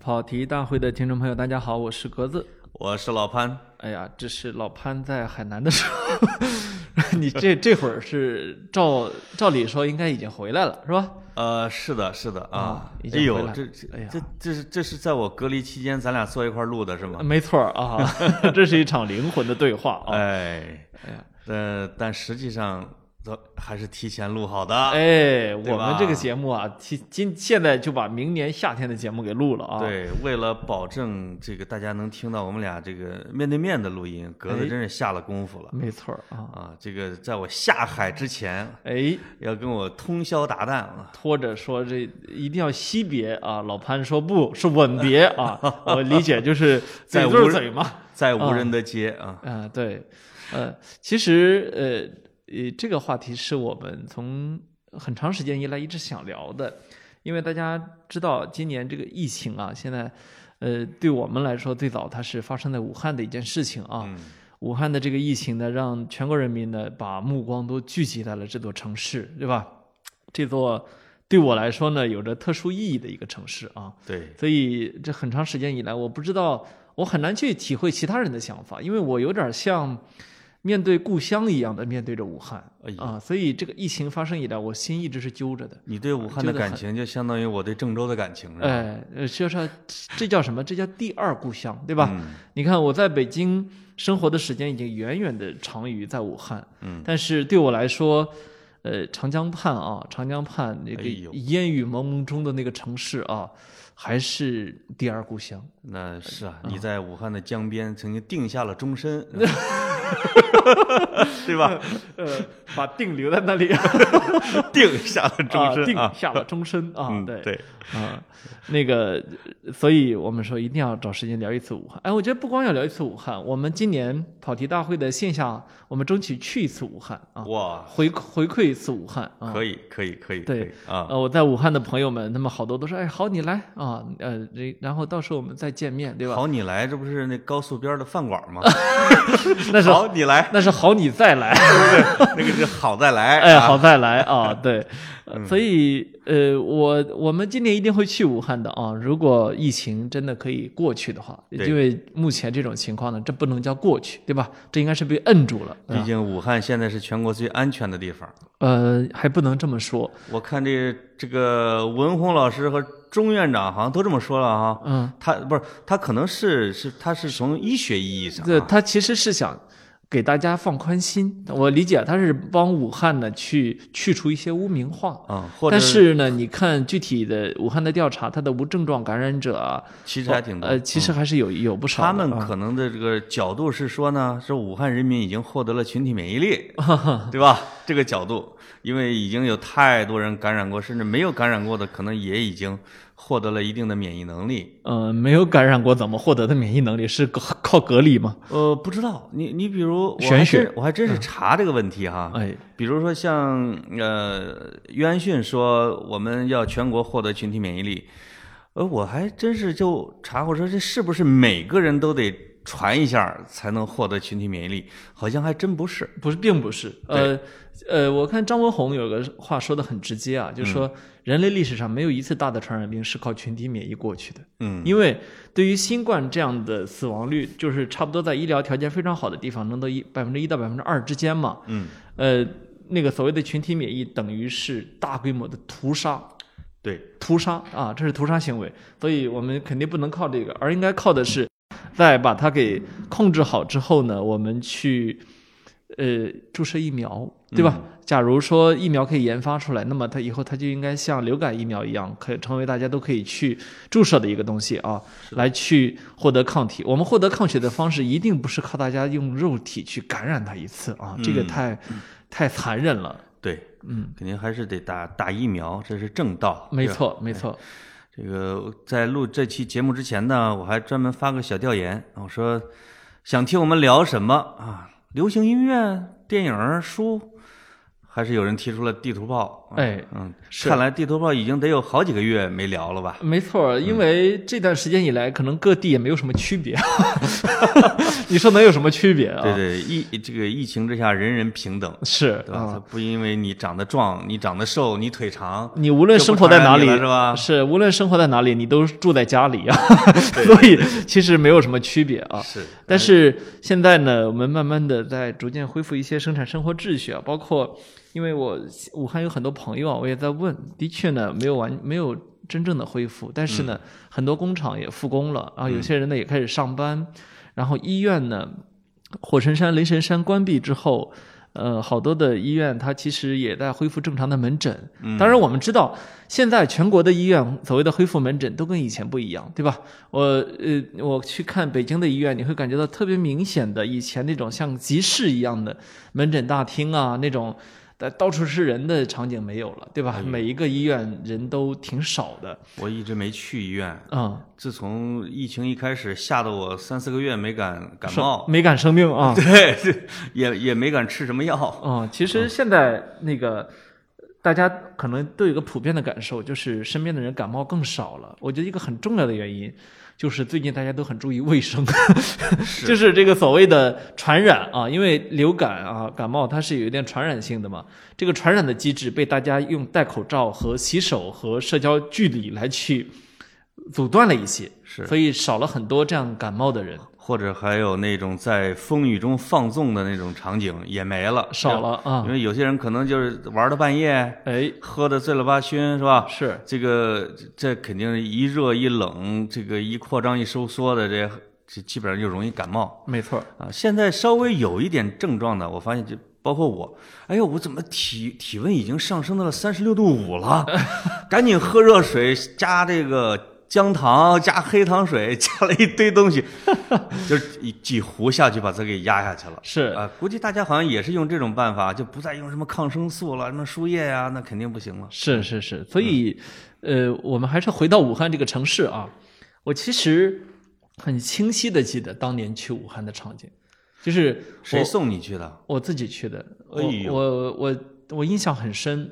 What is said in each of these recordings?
跑题大会的听众朋友，大家好，我是格子。我是老潘，哎呀，这是老潘在海南的时候， 你这 这会儿是照照理说应该已经回来了，是吧？呃，是的，是的啊啊，已哎经回呦来，这了哎呀这这是这是在我隔离期间，咱俩坐一块儿录的是吗？没错儿啊， 这是一场灵魂的对话啊。哎，哎呀，呃，但实际上，咱还是提前录好的。哎，对我吧们这个节目啊，今今现在就把明年夏天的节目给录了啊。，对，为了保证这个大家能听到我们俩这个面对面的录音，格子哎真是下了功夫了没错儿啊。啊！这个在我下海之前，哎，要跟我通宵达旦啊！拖着说这一定要惜别啊，老潘说不是吻别 啊，我理解就是在嘴对无儿人嘴嘛。在无人的街啊，啊、对，呃，其实呃呃，这个话题是我们从很长时间以来一直想聊的，因为大家知道今年这个疫情啊，现在呃，对我们来说最早它是发生在武汉的一件事情啊。嗯武汉的这个疫情呢，让全国人民呢把目光都聚集在了这座城市，对吧？这座对我来说呢，有着特殊意义的一个城市啊。对，所以这很长时间以来，我不知道，我很难去体会其他人的想法，因为我有点像面对故乡一样的面对着武汉哎呀，啊。所以这个疫情发生以来，我心一直是揪着的。你对武汉就的是感很情就相当于我对郑州的感情是吧？哎，呃，就是说这叫什么？这叫第二故乡，对吧？嗯你看我在北京生活的时间已经远远的长于在武汉，嗯，但是对我来说，呃，长江畔啊，长江畔那个哎呦烟雨蒙蒙中的那个城市啊，还是第二故乡。那是啊，你在武汉的江边曾经定下了终身， 对吧？呃，把定留在那里， 定下了终啊、身定啊，下了终身啊，嗯，对对，啊，那个，所以我们说一定要找时间聊一次武汉。哎，我觉得不光要聊一次武汉，我们今年跑题大会的线下，我们争取去一次武汉啊，哇，回回馈一次武汉啊。可以，可以，可以，对可以啊，呃，我在武汉的朋友们，他们好多都说，哎，好，你来啊，呃，这然后到时候我们再见面，对吧？好，你来，这不是那高速边的饭馆吗？那啊是好，你来，那是好，你再来。那个是好再来，哎，啊嗯好，再来 啊！对，呃所以呃，我我们今年一定会去武汉的啊。如果疫情真的可以过去的话，对因为目前这种情况呢，这不能叫过去，对吧？这应该是被摁住了。毕啊竟武汉现在是全国最安全的地方。呃，还不能这么说。我看这这个文宏老师和钟院长好像都这么说了哈。嗯，他不是他，可能是是他是从医学意义上啊，这他其实是想给大家放宽心，我理解他是帮武汉呢去去除一些污名化。啊，或者但是呢，你看具体的武汉的调查，他的无症状感染者啊，哦其实还挺多。嗯呃，其实还是有有不少的他们啊可能的这嗯个角度是说呢，是武汉人民已经获得了群体免疫 力，对吧？这个角度，因为已经有太多人感染过，甚至没有感染过的，可能也已经获得了一定的免疫能力。呃，没有感染过，怎么获得的免疫能力是靠靠隔离吗？呃，不知道你你比如我玄还学真我还真是查这个问题哈。哎，比如说像呃，约翰逊说我们要全国获得群体免疫力，呃，我还真是就查过说这是不是每个人都得传一下才能获得群体免疫力？好像还真不是。不是，并不是。呃呃，我看张文宏有个话说的很直接啊，就是说人类历史上没有一次大的传染病是靠群体免疫过去的，嗯，因为对于新冠这样的死亡率，就是差不多在医疗条件非常好的地方，能到一百分之一到百分之二之间嘛。嗯，呃，那个所谓的群体免疫，等于是大规模的屠杀，对，屠杀啊，这是屠杀行为，所以我们肯定不能靠这个，而应该靠的是，在把它给控制好之后呢，我们去呃注射疫苗，对吧？假如说疫苗可以研发出来，那么它以后它就应该像流感疫苗一样，可以成为大家都可以去注射的一个东西啊，来去获得抗体。我们获得抗体的方式一定不是靠大家用肉体去感染它一次啊，这个太太残忍了。对，嗯，肯定还是得打打疫苗，这是正道。没对吧。错，没错。这个在录这期节目之前呢，我还专门发个小调研，我说想听我们聊什么啊？流行音乐、电影、书，开始有人提出了地图炮。啊哎，嗯，是看来地图炮已经得有好几个月没聊了吧？没错儿，因嗯为这段时间以来，可能各地也没有什么区别。 你说能有什么区别啊？对对，疫这个疫情之下，人人平等，是对吧？啊他，不因为你长得壮，你长得瘦，你腿长，你无论就不生活在传哪里染你，了是吧无论生活在哪里，你都住在家里啊， 所以其实没有什么区别啊。是但是现在呢，我们慢慢的在逐渐恢复一些生产生活秩序啊，包括因为我武汉有很多朋友啊，我也在问，的确呢没有完没有真正的恢复，但是呢、很多工厂也复工了啊，有些人呢也开始上班，然后医院呢，火神山、雷神山关闭之后。呃，好多的医院它其实也在恢复正常的门诊。当然，我们知道现在全国的医院所谓的恢复门诊都跟以前不一样，对吧？我呃，我去看北京的医院，你会感觉到特别明显的以前那种像集市一样的门诊大厅啊，那种呃到处是人的场景没有了，对吧？每一个医院人都挺少的，我一直没去医院。嗯，自从疫情一开始，吓得我三四个月没敢感是冒，没敢生病啊，对，对也也没敢吃什么药。嗯，其实现在那个呃大家可能都有一个普遍的感受，就是身边的人感冒更少了。我觉得一个很重要的原因就是最近大家都很注意卫生， 就是这个所谓的传染啊，因为流感啊、感冒它是有一点传染性的嘛。这个传染的机制被大家用戴口罩和洗手和社交距离来去阻断了一些，是所以少了很多这样感冒的人，或者还有那种在风雨中放纵的那种场景也没了，少了啊因。为有些人可能就是玩到半夜，哎，喝的醉了吧醺，是吧？是这个这肯定是一热一冷，这个一扩张一收缩的，这这基本上就容易感冒没错儿，啊。现在稍微有一点症状的，我发现就包括我，哎呦，我怎么体体温已经上升到了三十六度五了？赶紧喝热水，加这个。姜糖加黑糖水，加了一堆东西， 就是一几壶下去把它给压下去了。是啊、估计大家好像也是用这种办法，就不再用什么抗生素了，什么输液呀、那肯定不行了。是是是，所以，呃，我们还是回到武汉这个城市啊。我其实很清晰的记得当年去武汉的场景，就是谁送你去的？我自己去的。我哎呦我我我印象很深，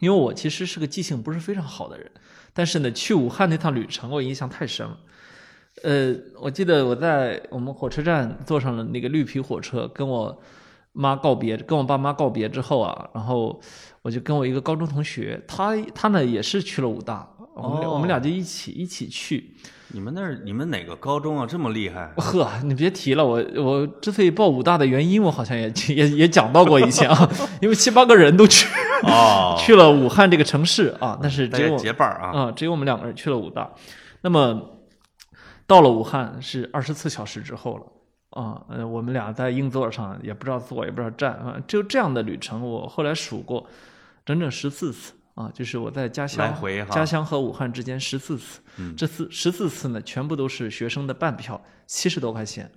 因为我其实是个记性不是非常好的人，但是呢，去武汉那趟旅程我印象太深了。呃，我记得我在我们火车站坐上了那个绿皮火车，跟我妈告别，跟我爸妈告别之后啊，然后我就跟我一个高中同学，他他呢也是去了武大，我们俩、哦我们俩就一起一起去。你们那儿你们哪个高中啊这么厉 害？呵，你别提了，我我之所以报武大的原因，我好像也 也也讲到过以前啊，因为七八个人都去哦，去了武汉这个城市啊，但是大只有家我结伴儿啊，啊、只有我们两个人去了武大。那么到了武汉是二十四小时之后了啊，呃，我们俩在硬座上也不知道坐也不知道站啊，就这样的旅程，我后来数过，整整十四次啊，就是我在家乡来回哈家乡和武汉之间十四次，嗯这次十四次呢，全部都是学生的半票，七十多块钱，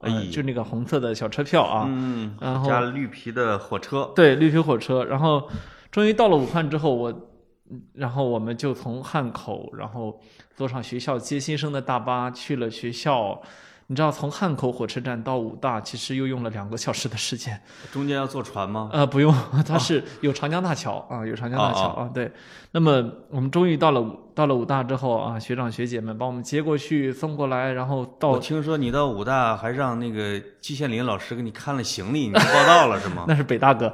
呃哎就那个红色的小车票啊，嗯，然后加绿皮的火车，对，绿皮火车。然后终于到了武汉之后，我，嗯然后我们就从汉口，然后坐上学校接新生的大巴去了学校。你知道，从汉口火车站到武大，其实又用了两个小时的时间。中间要坐船吗？呃，不用，它是有长江大桥啊，有长江大桥哦啊。对，那么我们终于到了武到了武大之后啊，学长学姐们把我们接过去送过来，然后我到听说你到武大还让那个季羡林老师给你看了行李，你去报道了 是吗？那是北大哥，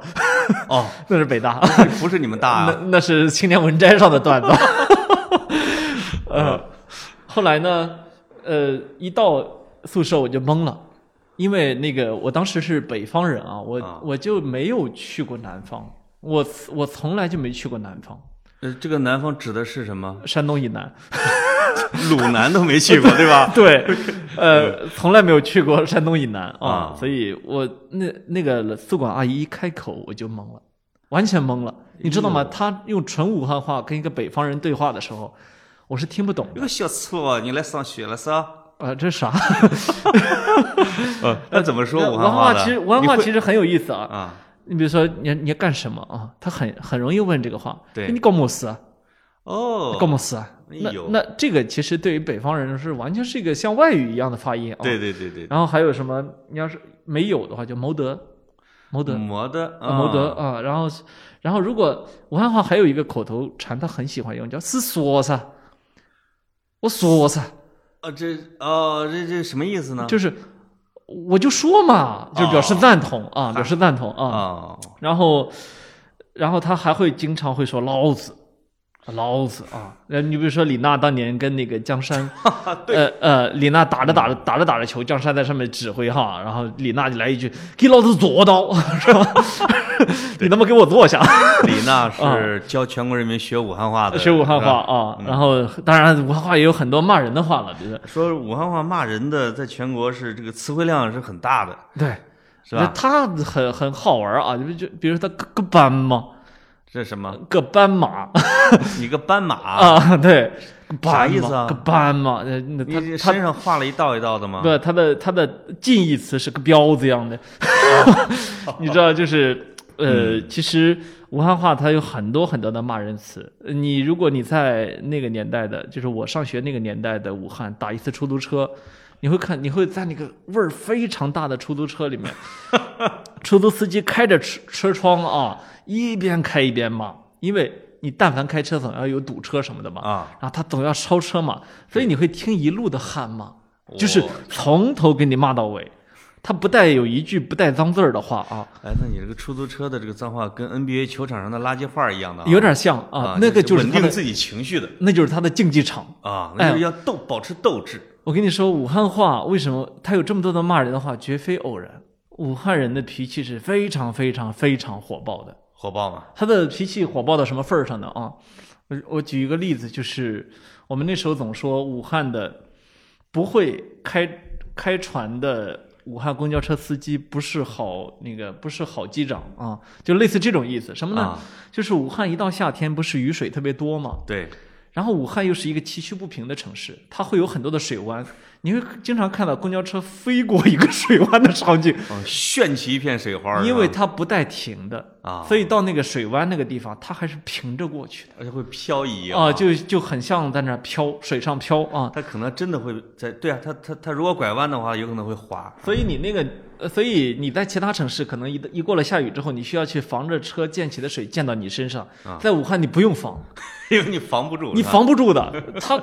哦，那是北大。不是你们大啊，那那是青年文摘上的段子。呃，后来呢，呃，一到宿舍我就懵了，因为那个我当时是北方人啊，我、啊我就没有去过南方，我我从来就没去过南方，呃，这个南方指的是什么？山东以南。鲁南都没去过，对 吧？对，呃，从来没有去过山东以南啊，啊所以我那那个宿管阿姨一开口我就懵了，完全懵了，哎你知道吗？她用纯武汉话跟一个北方人对话的时候，我是听不懂的。哟，小醋啊，你来上学了是吧？啊，这是啥？呃，那怎么说武汉 文化的？其实文你化会其实很有意思啊。啊，你比如说，你你要干什么啊？他很很容易问这个话。对哎你搞么事啊？哦，搞么事啊？哎那呦那这个其实对于北方人是完全是一个像外语一样的发音啊。对对对对，然后还有什么？你要是没有的话，就没得。摩德，摩的啊摩德啊，然后然后如果武汉话还有一个口头禅，他很喜欢用，叫“是说噻”，我说噻，啊，这哦，这这什么意思呢？就是我就说嘛，就表示赞同啊，表示赞同啊。哦，然后然后他还会经常会说“老子”。老子啊，呃，你比如说李娜当年跟那个江 山，呃呃，李娜打着打嗯着打着打着球，江山在上面指挥哈，然后李娜就来一句：“给老子坐刀， 是 吧？你他妈给我坐下！”李娜是教全国人民学武汉话的，啊学武汉是话吧。嗯啊，然后当然武汉话也有很多骂人的话了，比如说说武汉话骂人的，在全国是这个词汇量是很大的，对，是那吧？他很很好玩啊，就就比如他个个斑马，这是什么？个斑马你个斑马，啊，对，啥斑意马思啊个斑马，那那你他他身上画了一道一道的吗？不，他的他的近义词是个彪子样的， 你知道，就是呃，其实武汉话它有很多很多的骂人词。呃你如果你在那个年代的，就是我上学那个年代的武汉，打一次出租车，你会看，你会在那个味儿非常大的出租车里面， 出租司机开着车车窗啊，一边开一边骂，因为你但凡开车总要有堵车什么的嘛。啊，然后他总要超车嘛，所以你会听一路的汗骂，我就是从头给你骂到尾，他不带有一句不带脏字儿的话啊，哎，那你这个出租车的这个脏话跟 NBA 球场上的垃圾话一样的啊，有点像啊啊，，那个就就是稳他定的，自己情绪的那就是他的竞技场。啊，哎那就是要斗，保持斗志。我跟你说，武汉话为什么他有这么多的骂人的话，绝非偶然。武汉人的脾气是非常非常非常火爆的，火爆嘛，他的脾气火爆到什么份儿上呢？啊，我我举一个例子，就是我们那时候总说武汉的不会开开船的武汉公交车司机不是好那个不是好机长啊，就类似这种意思。什么呢？啊就是武汉一到夏天不是雨水特别多嘛，对，然后武汉又是一个崎岖不平的城市，它会有很多的水湾，你会经常看到公交车飞过一个水湾的场景，嗯，炫起一片水花儿，因为是吧它不带停的啊所以到那个水湾那个地方，它还是平着过去的而且会漂移啊、就就很像在那儿飘，水上飘啊。他可能真的会在对啊，他他他如果拐弯的话，有可能会滑。 所以你那个，呃所以你在其他城市可能一一过了下雨之后，你需要去防着车溅起的水溅到你身上，啊在武汉你不用防，因为你防不住，你是吧防不住的， 它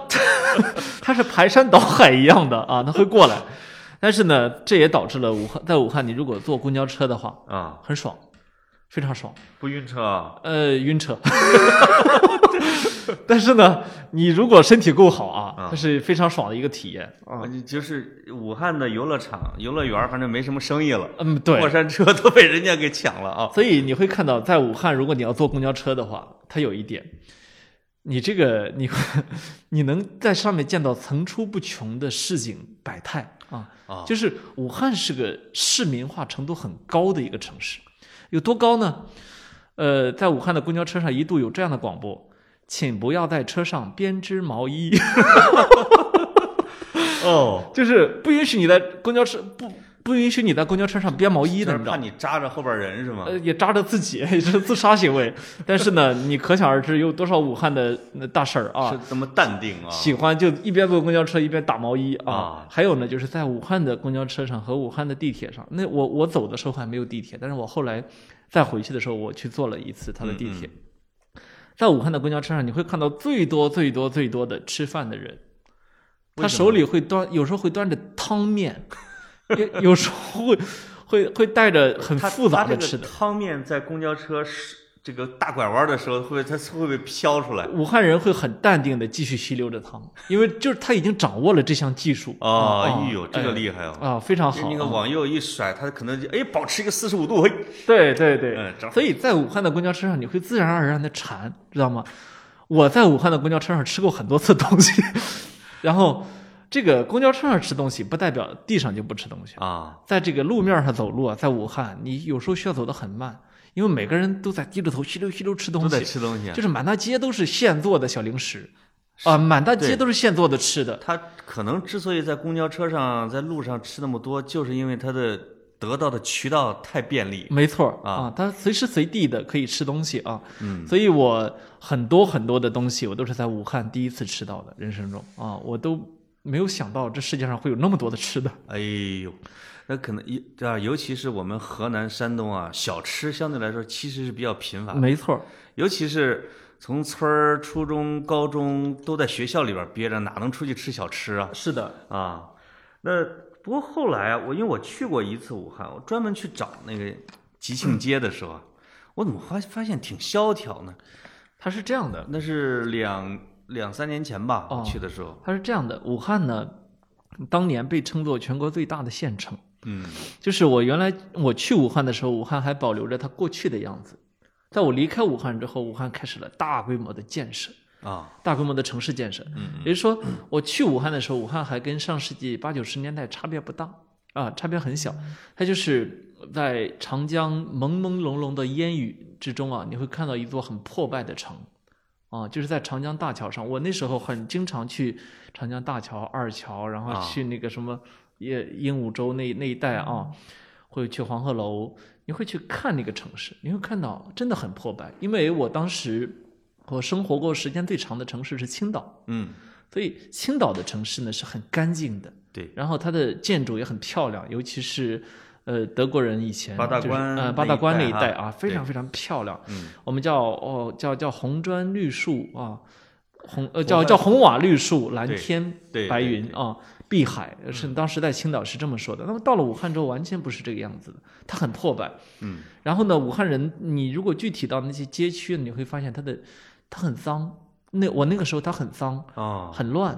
它是排山倒海一样的啊，它会过来。但是呢，这也导致了武汉，在武汉你如果坐公交车的话，啊，很爽，非常爽。不晕车，啊呃，晕车。 但是呢，你如果身体够好啊啊，这是非常爽的一个体验。啊，就是武汉的游乐场、游乐园儿，反正没什么生意了，嗯，对 过。山车都被人家给抢了啊。所以你会看到，在武汉，如果你要坐公交车的话，它有一点，你这个 你你能在上面见到层出不穷的市井百态啊。啊就是武汉是个市民化程度很高的一个城市，有多高呢？呃，在武汉的公交车上一度有这样的广播：“请不要在车上编织毛衣。”哦，就是不允许你在公交车不不允许你在公交车上编毛衣就的，是你知道怕吗？你扎着后边人是吗？呃，也扎着自己， 也是自杀行为。但是呢，你可想而知有多少武汉的那大婶儿啊是，这么淡定啊？喜欢就一边坐公交车一边打毛衣啊啊。还有呢，就是在武汉的公交车上和武汉的地铁上，那我我走的时候还没有地铁，但是我后来再回去的时候，我去坐了一次他的地嗯铁。在武汉的公交车上，你会看到最多最多最多的吃饭的人，他为什么手里会端，有时候会端着汤面， 也有时候会会会带着很他复杂他的这个吃的。汤面在公交车是这个大拐弯的时候，会不会它会不会飘出来？武汉人会很淡定的继续吸溜着汤，因为就是他已经掌握了这项技术。哦，啊哎呦，这个厉害害哦！啊，非常就好。那个啊往右一甩，它可能就哎保持一个四十五度，嘿，对对对，嗯正好所以在武汉的公交车上，你会自然而然的馋，知道吗？我在武汉的公交车上吃过很多次东西， 然后这个公交车上吃东西，不代表地上就不吃东西。啊，在这个路面上走路啊，在武汉，你有时候需要走得很慢，因为每个人都在低着头吸溜吸溜吃都东在西，吃东西啊就。是满大街都是现做的小零食，啊、满大街对都是现做的吃的。他可能之所以在公交车上、在路上吃那么多，就是因为他的得到的渠道太便利。没错儿啊啊，他随时随地的可以吃东西啊，嗯，所以我很多很多的东西我都是在武汉第一次吃到的，人生中啊，我都没有想到这世界上会有那么多的吃的。哎呦，那可能一啊，尤其是我们河南、山东啊，小吃相对来说其实是比较贫乏的，没错儿，尤其是从村儿、初中、高中都在学校里边憋着，哪能出去吃小吃啊？是的，啊，那不过后来啊，我因为我去过一次武汉，我专门去找那个吉庆街的时候啊，我怎么发发现挺萧条呢？它是这样的，那是两两三年前吧，我哦去的时候，它是这样的，武汉呢，当年被称作全国最大的县城。嗯就是我原来我去武汉的时候，武汉还保留着它过去的样子。在我离开武汉之后，武汉开始了大规模的建设，啊，大规模的城市建设。嗯也就是说，我去武汉的时候，武汉还跟上世纪八九十年代差别不大啊，差别很小。它就是在长江朦朦胧胧的烟雨之中啊，你会看到一座很破败的城啊，就是在长江大桥上。我那时候很经常去长江大桥、二桥，然后啊去那个什么也鹦鹉洲那那一带啊，嗯会去黄鹤楼，你会去看那个城市，你会看到真的很破败。因为我当时我生活过时间最长的城市是青岛。嗯，所以青岛的城市呢是很干净的，对，然后它的建筑也很漂亮，尤其是呃德国人以前八大就是关呃那八大一关带那一哈带啊，非对常非常漂亮。嗯，我们叫哦叫叫红砖绿树啊，红呃我叫们叫红瓦绿树，蓝对天对白对云对嗯啊，碧海是当时在青岛是这么说的。那么到了武汉之后，完全不是这个样子的，它很破败。嗯，然后呢，武汉人，你如果具体到那些街区，你会发现它的它很脏。那我那个时候它很脏，啊，很乱，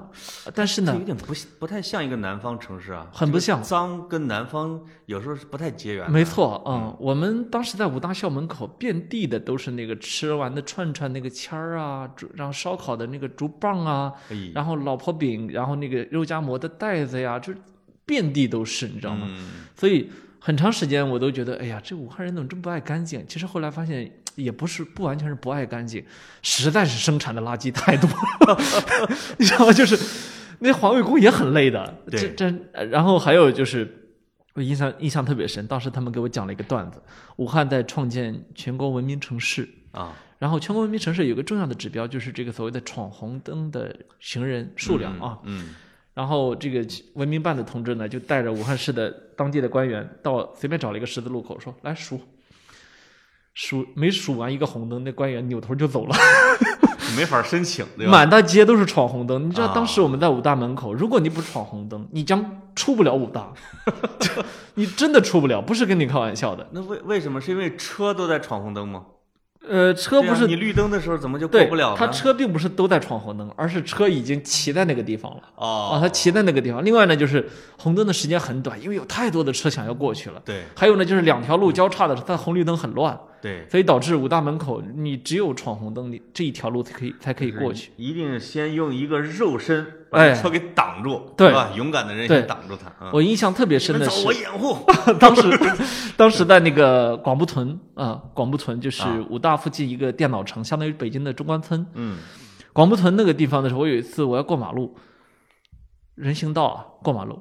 呃但是这呢有，点不不太像一个南方城市啊，很不这个像脏跟南方有时候是不太结缘的。没错，嗯，我们当时在武大校门口遍地的都是那个吃完的串串那个签儿啊，竹然后烧烤的那个竹棒啊，哎，然后老婆饼，然后那个肉夹馍的袋子呀，就是遍地都是，你知道吗？嗯所以很长时间我都觉得，哎呀，这武汉人怎么这么不爱干净？其实后来发现。也不是不完全是不爱干净，实在是生产的垃圾太多 了，你知道吗？就是那环卫工也很累的，对这这，呃然后还有就是，我印象印象特别深，当时他们给我讲了一个段子，武汉在创建全国文明城市，啊，然后全国文明城市有个重要的指标就是这个所谓的闯红灯的行人数量啊，嗯，然后这个文明办的同志呢，就带着武汉市的当地的官员到随便找了一个十字路口，说来数，数没数完一个红灯，那官员扭头就走了，嗯，没法申请，对吧？满大街都是闯红灯。你知道当时啊我们在武大门口，如果你不闯红灯，你将出不了武 大，你真的出不了，不是跟你开玩笑的。那为为什么？是因为车都在闯红灯吗？呃，车对不啊是你绿灯的时候怎么就过对不了呢？他车并不是都在闯红灯，而是车已经骑在那个地方了。啊，哦，他骑在那个地方。另外呢，就是红灯的时间很短，因为有太多的车想要过去了。对还有呢，就是两条路交叉的时候，它红绿灯很乱，对，所以导致五大门口你只有闯红灯，你这一条路才可以才可以过去。一定是先用一个肉身哎把车给挡住，对是吧？勇敢的人对先挡住他。嗯我印象特别你深们的走，我是，掩护。当时当时在那个广埠屯啊、广埠屯就是啊武大附近一个电脑城，相当于北京的中关村。嗯广埠屯那个地方的时候，我有一次我要过马路，人行道啊，过马路，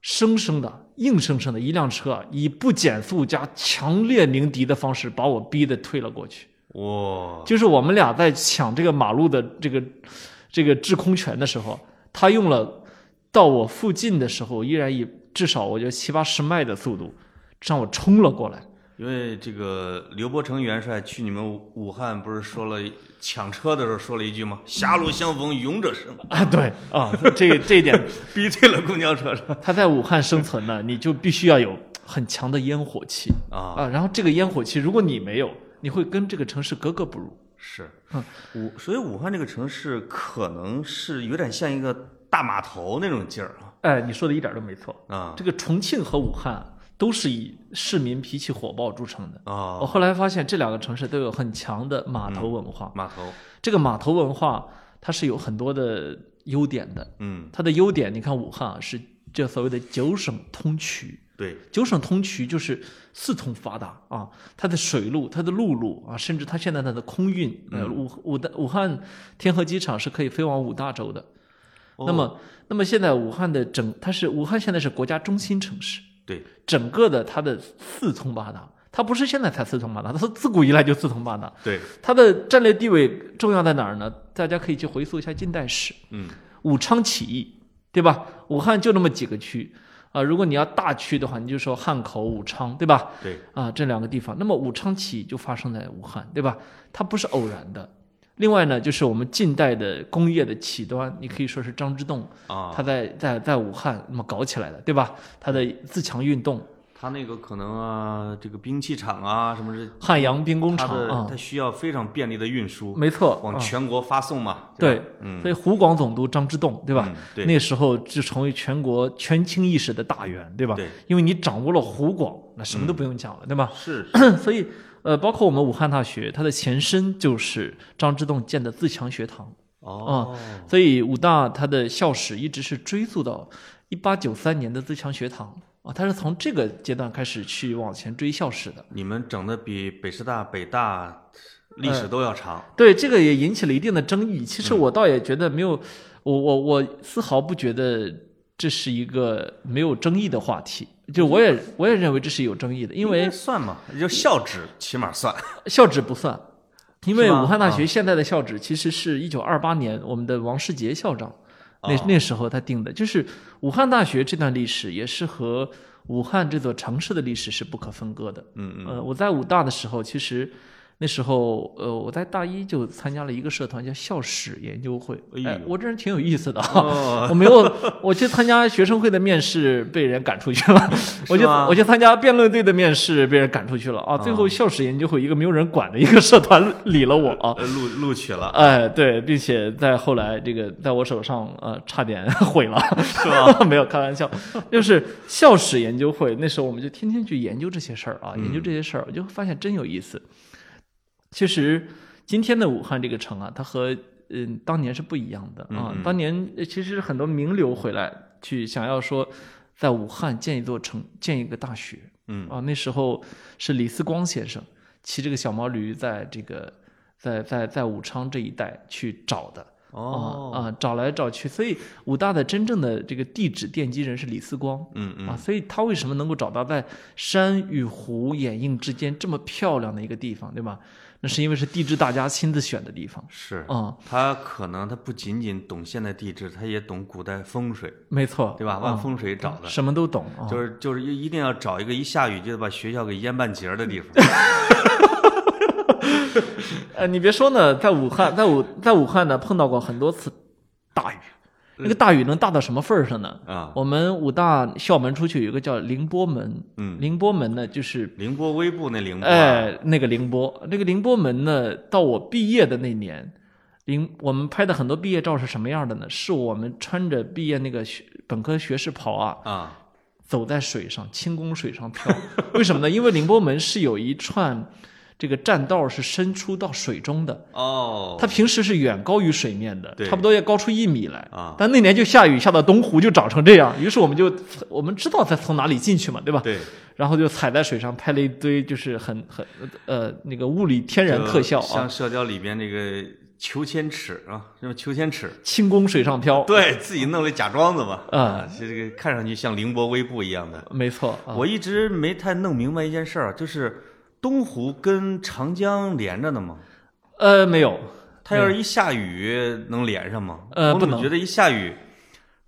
生生的、硬生生的一辆车啊，以不减速加强烈鸣笛的方式把我逼得退了过去。哇，就是我们俩在抢这个马路的这个这个制空权的时候，他用了到我附近的时候，依然以至少我觉得七八十迈的速度让我冲了过来。因为这个刘伯承元帅去你们武武汉不是说了抢车的时候说了一句吗？狭路相逢勇者胜，啊，对啊，这这一点逼退了公交车是吧？他在武汉生存呢，你就必须要有很强的烟火气啊，啊。然后这个烟火气，如果你没有，你会跟这个城市格格不入。是嗯武，所以武汉这个城市可能是有点像一个大码头那种劲儿啊哎，你说的一点都没错。啊这个重庆和武汉都是以市民脾气火爆著称的。啊我后来发现这两个城市都有很强的码头文化。码头，这个码头文化它是有很多的优点的，嗯，它的优点你看武汉啊是这所谓的九省通衢。对，九省通衢就是四通发达啊，它的水路、它的陆路啊，甚至它现在它的空运，呃，武武大武汉天河机场是可以飞往五大洲的。哦那么，那么现在武汉的整，它是武汉现在是国家中心城市，对，整个的它的四通八达，它不是现在才四通八达，它是自古以来就四通八达。对，它的战略地位重要在哪儿呢？大家可以去回溯一下近代史，嗯，武昌起义，对吧？武汉就那么几个区啊、如果你要大区的话，你就说汉口、武昌，对吧？对，啊，这两个地方。那么武昌起义就发生在武汉，对吧？它不是偶然的。另外呢，就是我们近代的工业的起端，你可以说是张之洞，啊，他在在在武汉那么搞起来的，对吧？他的自强运动，他那个可能啊，这个兵器厂啊，什么这汉阳兵工它厂的啊、它需要非常便利的运输，没错，往啊全国发送嘛，对吧，嗯，所以湖广总督张之洞，对吧？嗯？对，那时候就成为全国权倾一时的大员，对吧？对嗯因为你掌握了湖广，那什么都不用讲了，对吧？ 是所以，呃，包括我们武汉大学，它的前身就是张之洞建的自强学堂，哦，所以武大它的校史一直是追溯到一八九三年的自强学堂啊，它是从这个阶段开始去往前追校史的。你们整的比北师大、北大历嗯史都要长，对这个也引起了一定的争嗯议。其实我倒也觉得没有，我我我丝毫不觉得这是一个没有争议的话题。就我也我也认为这是有争议的，因嗯应为该算嘛，就校址起码算，校址不算，因为是吗啊武汉大学现在的校址其实是一九二八年我们的王世杰校长那哦那时候他定的，就是武汉大学这段历史也是和武汉这座城市的历史是不可分割的。嗯嗯，呃，我在武大的时候，其实那时候，呃，我在大一就参加了一个社团，叫校史研究会。哎呦哎，我这人挺有意思的啊。哦，我没有，我去参加学生会的面试被人赶出去了，我去吗哦我去参加辩论队的面试被人赶出去了啊！最后校史研究会一个没有人管的一个社团理了我啊！呃录录取了，哎，对，并且在后来这个在我手上呃差点 毁了， 是吧？ 没有开玩笑，就是校史研究会，那时候我们就天天去研究这些事儿啊，研究嗯这些事儿，我就发现真有意思。其实今天的武汉这个城啊，它和嗯当年是不一样的啊。嗯嗯当年呃其实很多名流回来去想要说，在武汉建一座城，建一个大学，嗯啊，那时候是李四光先生骑这个小毛驴在这个在在在武昌这一带去找的。啊哦，啊，找来找去，所以武大的真正的这个地址奠基人是李四光嗯嗯，啊，所以他为什么能够找到在山与湖掩映之间这么漂亮的一个地方，对吧？那是因为是地质大家亲自选的地方是。啊，他可能他不仅仅懂现代地质，他也懂古代风水，没错，对吧？啊往风水找的，什么都懂啊，就是就是一一定要找一个一下雨就把学校给淹半截儿的地方。 呃，你别说呢，在武汉，在武在武汉呢，碰到过很多次大雨，那个大雨能大到什么份儿上呢？嗯啊，我们武大校门出去有一个叫凌波门，嗯，凌波门呢就是，凌波微步那凌波啊，哎，那个凌波，那个凌波门呢，到我毕业的那年，凌我们拍的很多毕业照是什么样的呢？是我们穿着毕业那个学本科学士袍啊，啊，走在水上，轻功水上漂。 为什么呢？因为凌波门是有一串这个栈道是伸出到水中的。哦，它平时是远高于水面的，对差不多要高出一米来啊但那年就下雨，下到东湖就长成这样，于是我们就我们知道它从哪里进去嘛，对吧？对，然后就踩在水上拍了一堆，就是很很呃那个物理天然特效就啊像，社交里边那个裘千尺啊，什么裘千尺，轻功水上漂，对自己弄了假庄子嘛，啊，这这个看上去像凌波微步一样的。没错啊，我一直没太弄明白一件事儿，啊就是东湖跟长江连着的吗？呃没有，它要是一下雨能连上吗？嗯呃我不怎么能觉得一下雨，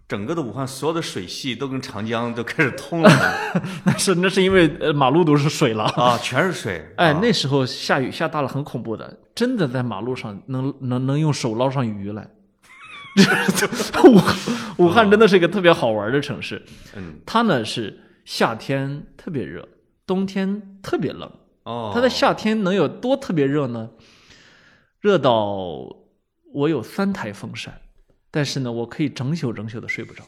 整个的武汉所有的水系都跟长江都开始通了呢 那是那是因为呃马路都是水了。啊，全是水。哎啊，那时候下雨下大了，很恐怖的，真的在马路上能能能用手捞上鱼来。 武汉武汉真的是一个特别好玩的城市，嗯它呢是夏天特别热，冬天特别冷。哦，它在夏天能有多特别热呢？热到我有三台风扇，但是呢，我可以整宿整宿的睡不着。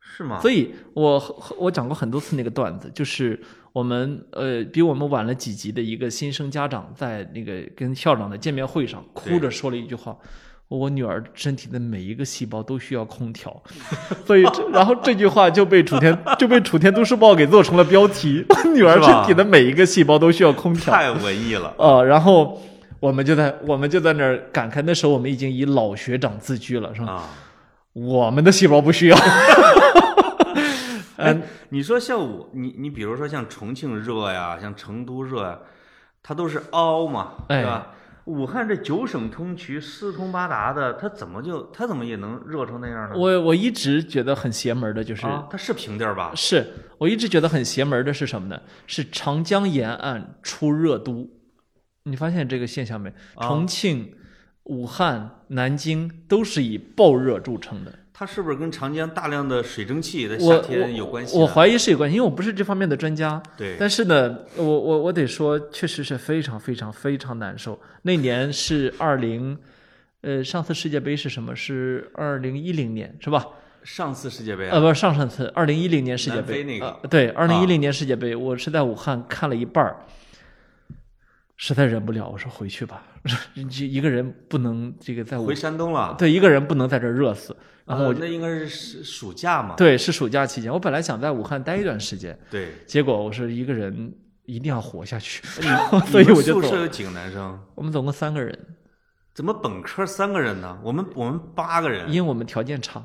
是吗？所以以我我讲过很多次那个段子，就是我们呃比我们晚了几级的一个新生家长在那个跟校长的见面会上，哭着说了一句话。我女儿身体的每一个细胞都需要空调，所以这然后这句话就被楚天就被楚天都市报给做成了标题。女儿 是吧身体的每一个细胞都需要空调，太文艺 了。呃，然后我们就在我们就在那儿感慨，那时候我们已经以老学长自居了，是吧？啊，我们的细胞不需要。哎，你说像我，你你比如说像重庆热呀，像成都热呀，它都是凹嘛，哎对吧？武汉这九省通衢、四通八达的，它怎么就它怎么也能热成那样呢？ 我我一直觉得很邪门的，就是、啊，它是平地儿吧？是我一直觉得很邪门的是什么呢？是长江沿岸出热都，你发现这个现象没？啊重庆、武汉、南京都是以暴热著称的。它是不是跟长江大量的水蒸气在我夏天有关系我呢？我怀疑是有关系，因为我不是这方面的专家。对，但是呢，我我我得说，确实是非常非常非常难受。那年是二零，呃，上次世界杯是什么？是二零一零年是吧？上次世界杯啊，呃，不是上上次二零一零年世界杯南非那个啊呃对，二零一零年世界杯，我是在武汉看了一半儿，实在忍不了，我说回去吧， 这一个人不能这个在武回山东了。呃对一个人不能在这儿热死，然后我呃那应该是暑暑假嘛？对是暑假期间，我本来想在武汉待一段时间，对，结果我是一个人一定要活下去，你 所以们我就宿走舍了。有几个男生？我们总共三个人，怎么本科三个人呢？我们我们八个人。因为我们条件差。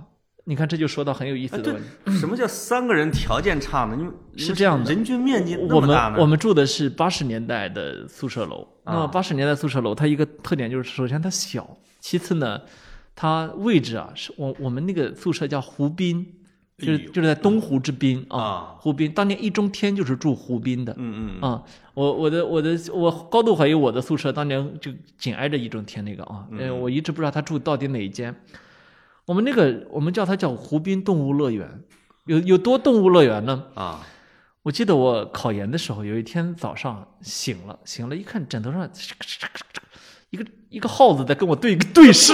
你看，这就说到很有意思啊，的对问题。，什么叫三个人条件差呢？你们你是们这样的人均面积那我么大呢？们我们住的是八十年代的宿舍楼。啊那八十年代宿舍楼，它一个特点就是，首先它小，其次呢，它位置啊，是我我们那个宿舍叫湖滨，就哎是呦就是在东湖之滨啊啊，湖滨。当年一中天就是住湖滨的。嗯嗯嗯啊、我我的我的我高度怀疑我的宿舍当年就紧挨着一中天那个啊，呃，嗯我一直不知道他住到底哪一间。我们那个我们叫它叫湖滨动物乐园，有有多动物乐园呢？啊，我记得我考研的时候，有一天早上醒了，醒了，一看枕头上一个一个耗子在跟我对对视，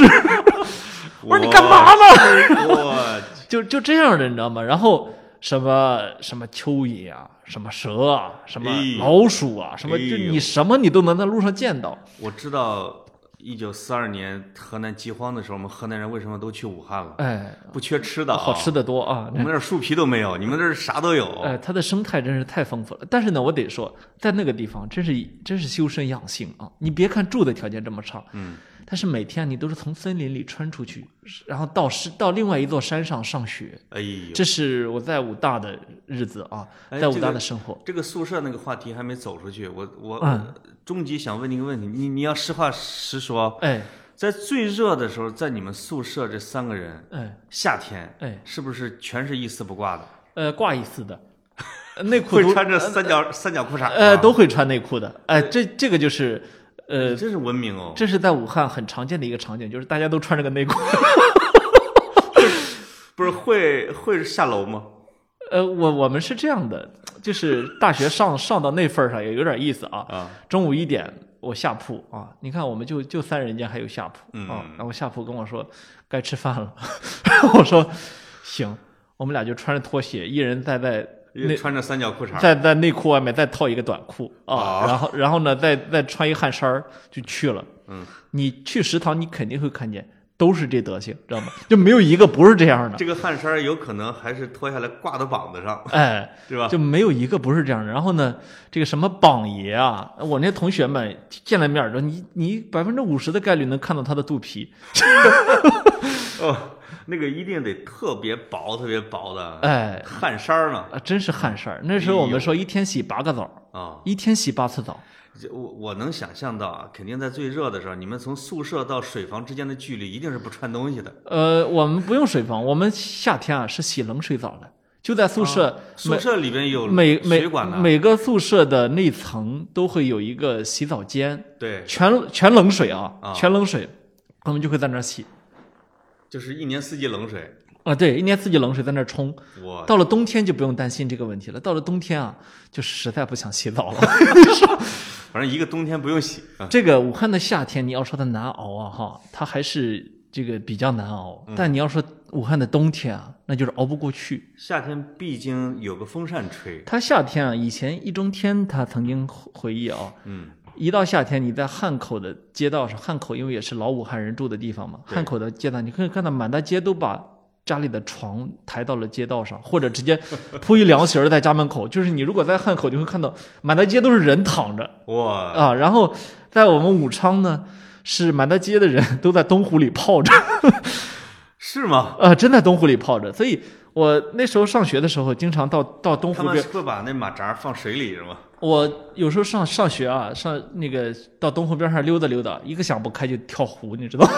我说你干嘛呢？我就就这样的，你知道吗？然后什么什么蚯蚓啊，什么蛇啊，什么哎呦老鼠啊，什么哎就呦你什么你都能在路上见到。我知道，一九四二年河南饥荒的时候，我们河南人为什么都去武汉了？哎，不缺吃的、啊，好吃。的多啊我！们这儿树皮都没有，你们这儿啥都有。哎，它的生态真是太丰富了。但是呢，我得说，在那个地方真是真是修身养性啊！你别看住的条件这么差，嗯，但是每天你都是从森林里穿出去，然后到是到另外一座山上上学。哎呦，这是我在武大的日子啊，哎在武这大个的生活。这个宿舍那个话题还没走出去，我我、嗯终极想问你一个问题，你你要实话实说，哎在最热的时候，在你们宿舍这三个人，哎夏天哎，是不是全是一丝不挂的？呃，挂一 丝的，呃内裤会都穿着三角、三角裤衩吗？啊呃都会穿内裤的。哎，这这个就是呃，真是文明哦。这是在武汉很常见的一个场景，就是大家都穿着个内裤。不是会会下楼吗？呃，我我们是这样的，就是大学上上到那份儿上也有点意思啊。啊，中午一点我下铺啊，你看我们就就三人间还有下铺啊，嗯然后下铺跟我说该吃饭了，我说行，我们俩就穿着拖鞋，一人再在也穿着三角裤衩，在在内裤外面再套一个短裤啊，啊然后然后呢再再穿一汗衫儿就去了。嗯，你去食堂你肯定会看见都是这德行，知道吗？就没有一个不是这样的。这个汗衫儿有可能还是脱下来挂到膀子上，哎，对 吧？就没有一个不是这样的。然后呢，这个什么榜爷啊，我那同学们见了面儿之后，你你百分之五十的概率能看到他的肚皮，哦，那个一定得特别薄、特别薄的哎，汗衫儿呢啊，真是汗事儿。那时候我们说一天洗八个澡儿，啊！一天洗八次澡，这我我能想象到啊，肯定在最热的时候，你们从宿舍到水房之间的距离一定是不穿东西的。呃，我们不用水房，我们夏天啊是洗冷水澡的，就在宿舍啊宿舍里边有每每水管啊呢，每个宿舍的那层都会有一个洗澡间，对，全全冷水啊，啊全冷水，我们就会在那儿洗就是一年四季冷水。啊，对，一年四季冷水在那儿冲。我到了冬天就不用担心这个问题了。到了冬天啊，就实在不想洗澡了。 反正一个冬天不用洗啊。这个武汉的夏天，你要说它难熬啊，哈，它还是这个比较难熬。但你要说武汉的冬天啊，那就是熬不过去。夏天毕竟有个风扇吹，它夏天啊，以前易中天他曾经回忆啊，嗯，一到夏天，你在汉口的街道上，汉口因为也是老武汉人住的地方嘛，对汉口的街道，你可以看到满大街都把家里的床抬到了街道上，或者直接铺一凉席儿在家门口。就是你如果在汉口，就会看到满大街都是人躺着哇，啊。然后在我们武昌呢，是满大街的人都在东湖里泡 着是吗？啊，真在东湖里泡着。所以我那时候上学的时候，经常到到东他湖们边会把那马扎放水里是吗？我有时候上上学啊，上那个到东湖边上溜达溜达，一个想不开就跳湖，你知道吗？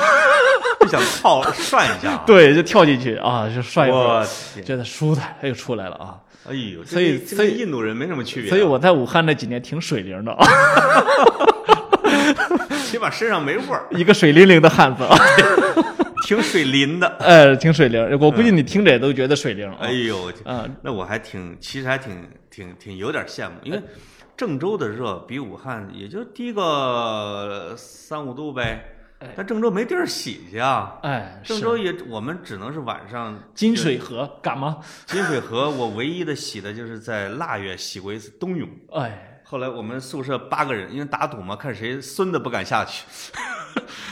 就想泡涮一下啊。对，就跳进去啊，就涮一会我儿，天，觉得舒坦，哎又出来了啊。哎呦，所以这跟这所以跟印度人没什么区别啊，所以我在武汉那几年挺水灵的啊，起码身上没味儿，一个水灵灵的汉子啊，挺水淋的。呃，挺水灵。我估计你听着也都觉得水灵啊哎。呦，啊，那我还挺，其实还挺挺挺有点羡慕，因为哎郑州的热比武汉也就低个三五度呗哎，但郑州没地儿洗去啊。哎，郑是州也，我们只能是晚上金水河敢吗？金水河，我唯一的洗的就是在腊月洗过一次冬泳。哎，后来我们宿舍八个人，因为打赌嘛，看谁孙子不敢下去。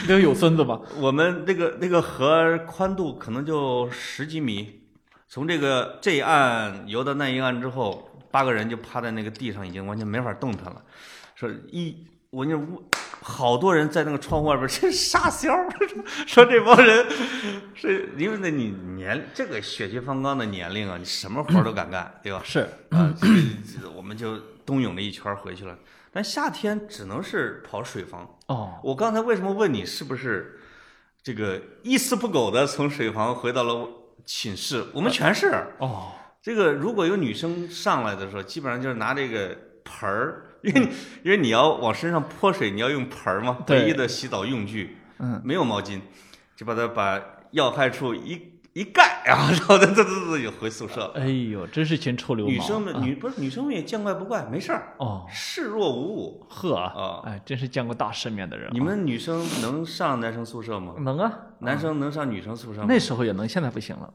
都有孙子吧？我们那个那个河宽度可能就十几米，从这个这一岸游到那一岸之后，八个人就趴在那个地上，已经完全没法动弹了。说一，我那屋好多人在那个窗户外边，这傻笑， 说这帮人是因为那你年这个血气方刚的年龄啊，你什么活儿都敢干，对吧？是，啊，所以我们就冬泳了一圈儿回去了。但夏天只能是跑水房，哦，我刚才为什么问你是不是这个一丝不苟的从水房回到了寝室？我们全是。哦，这个如果有女生上来的时候，基本上就是拿这个盆儿，因嗯为你因为你要往身上泼水，你要用盆儿嘛，对唯一的洗澡用具，嗯，没有毛巾，就把它把要害处一一盖啊，然后噔噔噔噔就 回宿舍。哎呦，真是群臭流氓。女生们啊女不是女生们也见怪不怪，没事儿，哦，视若无物。呵啊哎，真是见过大世面的人啊。你们女生能上男生宿舍吗？能啊？男生能上女生宿舍吗？那时候也能，现在不行了。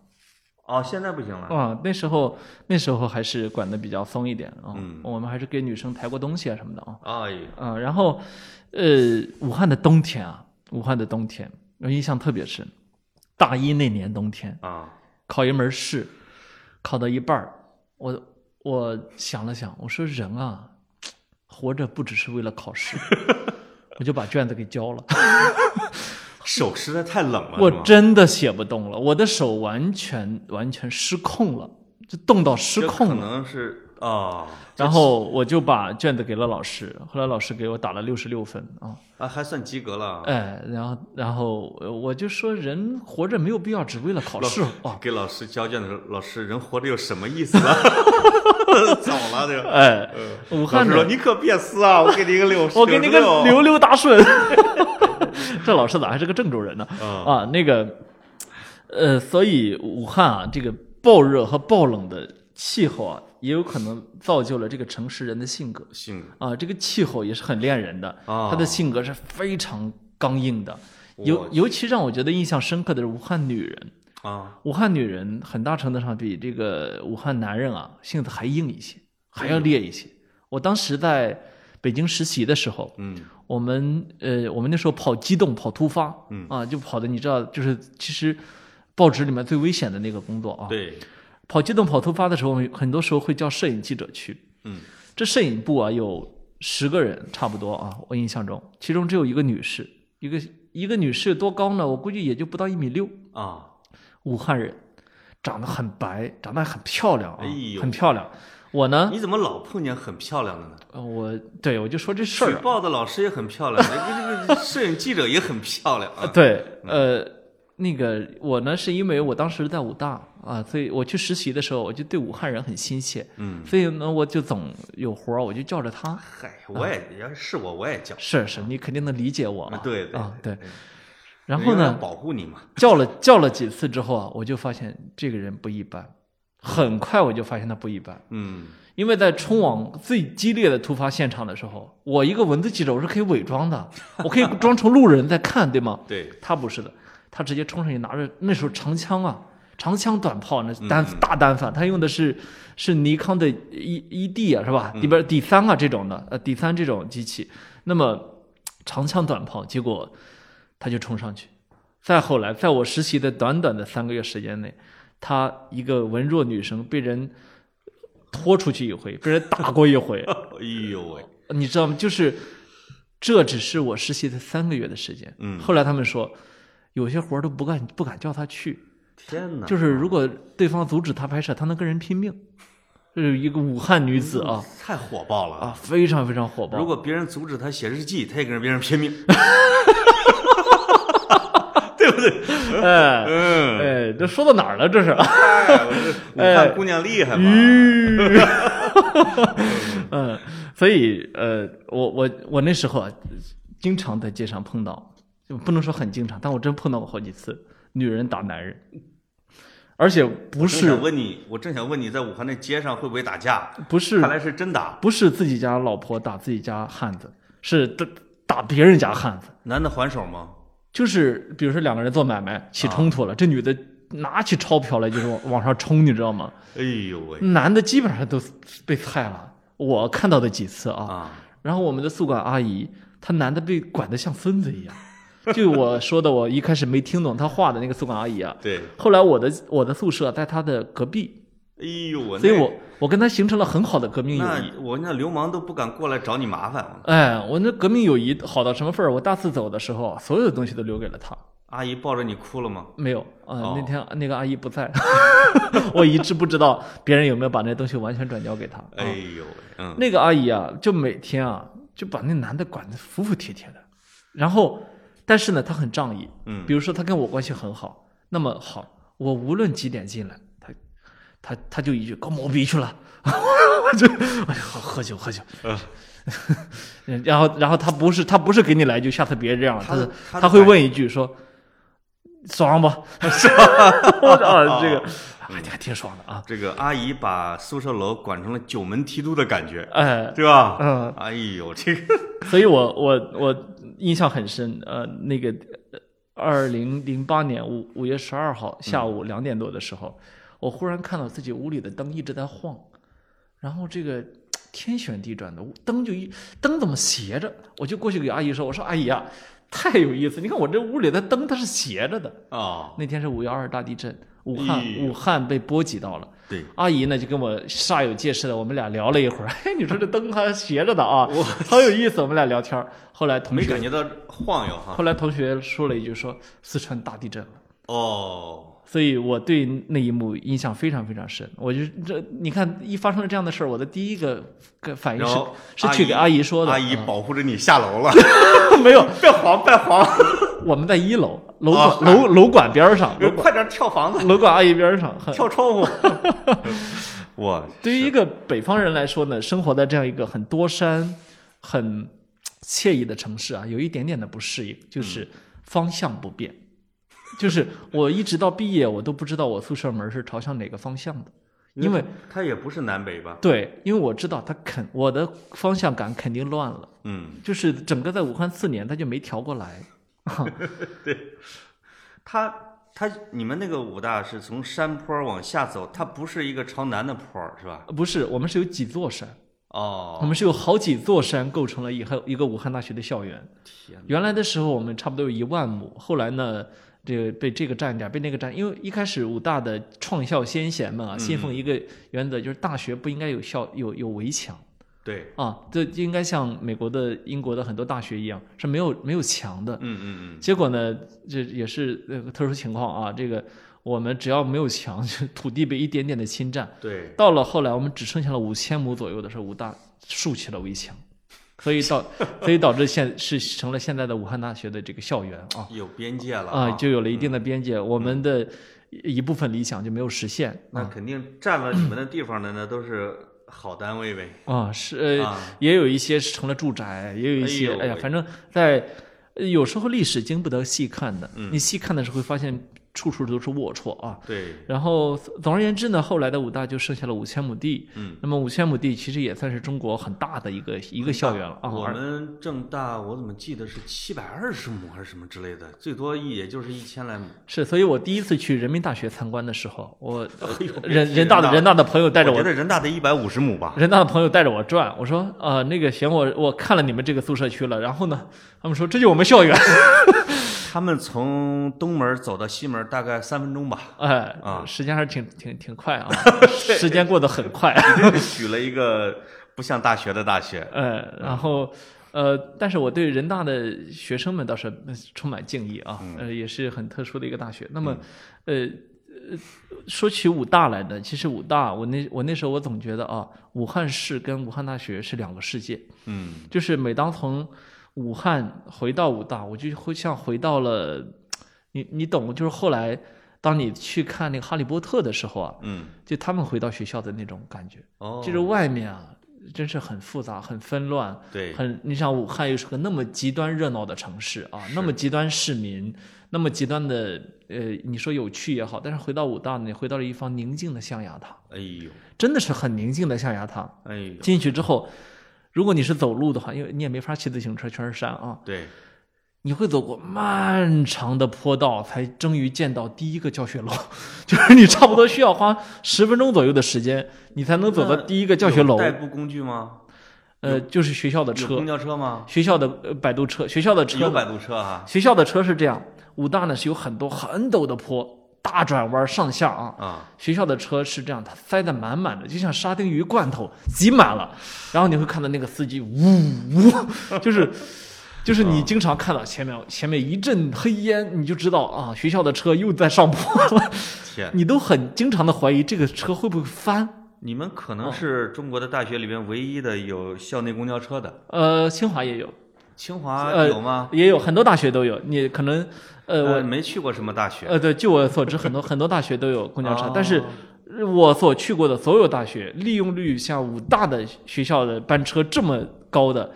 哦，现在不行了。啊，那时候那时候还是管的比较松一点啊。嗯我们还是给女生抬过东西啊什么的啊。哎呦，啊，然后，呃，武汉的冬天啊，武汉的冬天，我印象特别深。大一那年冬天，啊，考一门试，考到一半儿，我我想了想，我说人啊，活着不只是为了考试，我就把卷子给交了。手实在太冷了，我是吗真的写不动了，我的手完全完全失控了，就冻到失这控可了。能是啊，然后我就把卷子给了老师，后来老师给我打了六十六分啊。啊，还算及格了。哎，然后然后呃我就说人活着没有必要只为了考试哦。给老师交卷的时候，老师人活着有什么 意 思呢？走了，这个。哎，嗯武老汉师说：“的，你可别撕啊！我给你一个六， 啊我给你个66溜溜达顺。 这老师咋还是个郑州人呢？啊啊，那个，呃，所以武汉啊，这个暴热和暴冷的气候啊，也有可能造就了这个城市人的性格性格啊。这个气候也是很恋人的，啊，他的性格是非常刚硬的。尤我尤其让我觉得印象深刻的是武汉女人。啊，武汉女人很大程度上比这个武汉男人啊性子还硬一些，还嗯要烈一些。我当时在北京实习的时候，嗯我们呃，我们那时候跑机动、跑突发，嗯啊，就跑的你知道，就是其实报纸里面最危险的那个工作啊。对，跑机动、跑突发的时候，很多时候会叫摄影记者去。嗯这摄影部啊有十个人差不多啊，我印象中，其中只有一个女士，一个一个女士多高呢？我估计也就不到一米六。啊，武汉人，长得很白，长得还很漂亮啊，哎呦很漂亮。我呢，你怎么老碰见很漂亮的呢？呃我对我就说这事举儿啊、报的老师也很漂亮，这个这个摄影记者也很漂亮呃啊。 对，呃，那个我呢是因为我当时在武大啊，所以我去实习的时候，我就对武汉人很亲切，嗯，所以呢我就总有活儿我就叫着他，嗨，我也要是我我也叫。”是是，你肯定能理解我嗯啊，对对啊对对。然后人要呢，保护你嘛。叫了叫了几次之后啊，我就发现这个人不一般，很快我就发现他不一般。嗯，因为在冲往最激烈的突发现场的时候，我一个文字记者我是可以伪装的，我可以装成路人在看，对吗？对，他不是的，他直接冲上去拿着那时候长枪啊，长枪短炮那单大单反，他用的是是尼康的 E E D 啊，是吧？里边 D 三啊这种的，呃 D 三这种机器，那么长枪短炮，结果他就冲上去。再后来，在我实习的短短的三个月时间内，她一个文弱女生被人拖出去一回，被人打过一回，哎呦喂，你知道吗？就是这只是我实习的三个月的时间。嗯后来他们说，有些活儿都不干，不敢叫他去，天哪！就是如果对方阻止他拍摄，他能跟人拼命。这是一个武汉女子啊太火爆了啊，！非常非常火爆。如果别人阻止他写日记，他也跟着别人拼命。 哎嗯，哎，这说到哪儿了？ 这是。哎，我这武汉姑娘厉害嘛？ 嗯，所以呃，我我我那时候啊，经常在街上碰到，就不能说很经常，但我真碰到过好几次女人打男人，而且不正想是问你，我正想问你在武汉那街上会不会打架？不是看来是真打。不是自己家老婆打自己家汉子，是打打别人家汉子，男的还手吗？就是比如说两个人做买卖起冲啊突了，这女的拿起钞票来就是往往上冲，你知道吗？哎呦喂！男的基本上都被菜了，我看到的几次啊。啊，然后我们的宿管阿姨，她男的被管得像孙子一样。就我说的，我一开始没听懂她话的那个宿管阿姨啊，对，后来我的我的宿舍在她的隔壁，哎呦我那，所以我嗯我跟她形成了很好的革命友谊。那我那流氓都不敢过来找你麻烦。哎，我那革命友谊好到什么份儿？我大四走的时候，啊所有的东西都留给了她。阿姨抱着你哭了吗？没有啊、呃哦那天那个阿姨不在， 我一直不知道别人有没有把那东西完全转交给她。啊哎呦喂，嗯，那个阿姨啊，就每天啊，就把那男的管得服服帖帖的。然后，但是呢，她很仗义。嗯比如说她跟我关系很好，那么好，我无论几点进来，她，她，她就一句搞毛逼去了， 我就我就喝喝酒喝酒。嗯 然后，然后她不是她不是给你来一句下次别这样，她她的是她的她会问一句说。爽不？ 我说啊，这个还还挺爽的啊，这个阿姨把宿舍楼管成了九门提督的感觉，哎，对吧？嗯，哎呦，这个所以我我我印象很深，呃，那个二零零八年五五月十二号下午两点多的时候，我忽然看到自己屋里的灯一直在晃，然后这个天旋地转的灯就一灯怎么斜着，我就过去给阿姨说，我说阿姨啊，太有意思，你看我这屋里的灯它是斜着的。啊，那天是五幺二大地震，武汉哎呦武汉被波及到了。对，阿姨呢就跟我煞有介事的，我们俩聊了一会儿。 嘿，你说这灯还斜着的 啊，好有意思。我们俩聊天儿，后来同没学感，觉到晃悠哈。后来同学说了一句说四川大地震了，哦，所以我对那一幕印象非常非常深。我就这，你看一发生了这样的事儿，我的第一个个反应然是后是去给阿姨说的，阿 姨嗯保护着你下 楼了，没有，别慌，别 慌，我们在一楼楼啊管楼楼管边儿上，楼 管快点跳房子，楼管阿姨边儿上，很跳窗户。 我对于一个北方人来说呢，生活在这样一个很多山、很惬意的城市啊，有一点点的不适应，就是方向不变。就是我一直到毕业，我都不知道我宿舍门是朝向哪个方向的，嗯因为他也不是南北吧？对，因为我知道它肯我的方向感肯定乱了，嗯，就是整个在武汉四年，它就没调过来。他他你们那个武大是从山坡往下走，它不是一个朝南的坡儿是吧？不是，我们是有几座山，我哦，们是有好几座山构成了以后一个武汉大学的校园。天原来的时候我们差不多有一万亩，后来呢，这个被这个占一点，被那个占，因为一开始武大的创校先贤们啊，信奉一个原则，就是大学不应该有校有有围墙对，啊，这就应该像美国的、英国的很多大学一样是没有没有墙的。嗯嗯嗯，结果呢，这也是呃特殊情况啊，这个我们只要没有墙， 就土地被一点点的侵占，对，到了后来，我们只剩下了五千亩左右的时候，武大竖起了围墙，所以导所以导致现是成了现在的武汉大学的这个校园啊有边界了嗯啊、就有了一定的边界。我们的一部分理想就没有实现啊那肯定占了你们的地方的，那都是好单位呗。啊，是呃、啊也有一些是成了住宅，也有一些哎呦哎呀喂，反正在呃有时候历史经不得细看的，嗯你细看的时候会发现处处都是龌龊啊。对，然后总而言之呢，后来的武大就剩下了五千亩地。嗯，那么五千亩地其实也算是中国很大的一个一个校园了啊。我们正大我怎么记得是七百二十亩还是什么之类的，最多也就是一千来亩。是，所以我第一次去人民大学参观的时候，我呃哎呦 人人大的人大的朋友带着我我觉，得人大得一百五十亩吧。人大的朋友带着我转，我说啊、呃那个行，我我看了你们这个宿舍区了，然后呢，他们说这就我们校园，他们从东门走到西门大概三分钟 吧。哎啊时间还是挺挺挺快 啊，时间过得很快，真是取了一个不像大学的大学。呃，然后呃，但是我对人大的学生们倒是呃充满敬意啊，呃，也是很特殊的一个大学。那么，呃，说起武大来呢，其实武大，我那我那时候我总觉得啊，武汉市跟武汉大学是两个世界。嗯就是每当从武汉回到武大，我就会像回到了，你你懂，就是后来当你去看那个《哈利波特》的时候啊，嗯，就他们回到学校的那种感觉。哦，就是外面啊，真是很复杂、很纷乱，对，很你想武汉又是个那么极端热闹的城市啊，那么极端市民，那么极端的呃，你说有趣也好，但是回到武大呢，回到了一方宁静的象牙塔，哎呦，真的是很宁静的象牙塔。哎呦，进去之后，如果你是走路的话，因为你也没法骑自行车，全是山啊，对，你会走过漫长的坡道，才终于见到第一个教学楼， 就是你差不多需要花十分钟左右的时间，你才能走到那第一个教学楼有。代步工具吗？呃，就是学校的有车公，交车吗？学校的呃摆渡车，学校的车有呢，摆渡车啊，学校的车是这样，武大呢是有很多很陡的坡，大转弯上下啊，啊，学校的车是这样，它塞得满满的，就像沙丁鱼罐头挤满了。然后你会看到那个司机呜呜，就是 就是你经常看到前面前面一阵黑烟，你就知道啊，学校的车又在上坡了。 天，你都很经常的怀疑这个车会不会翻。你们可哦能是中国的大学里边唯一的有校内公交车的，呃，清华也有，清华呃有吗？也有很多大学都有。你可能呃，呃，我没去过什么大学，呃，对，据我所知，很多很多大学都有公交车哦，但是我所去过的所有大学，利用率像武大的学校的班车这么高的，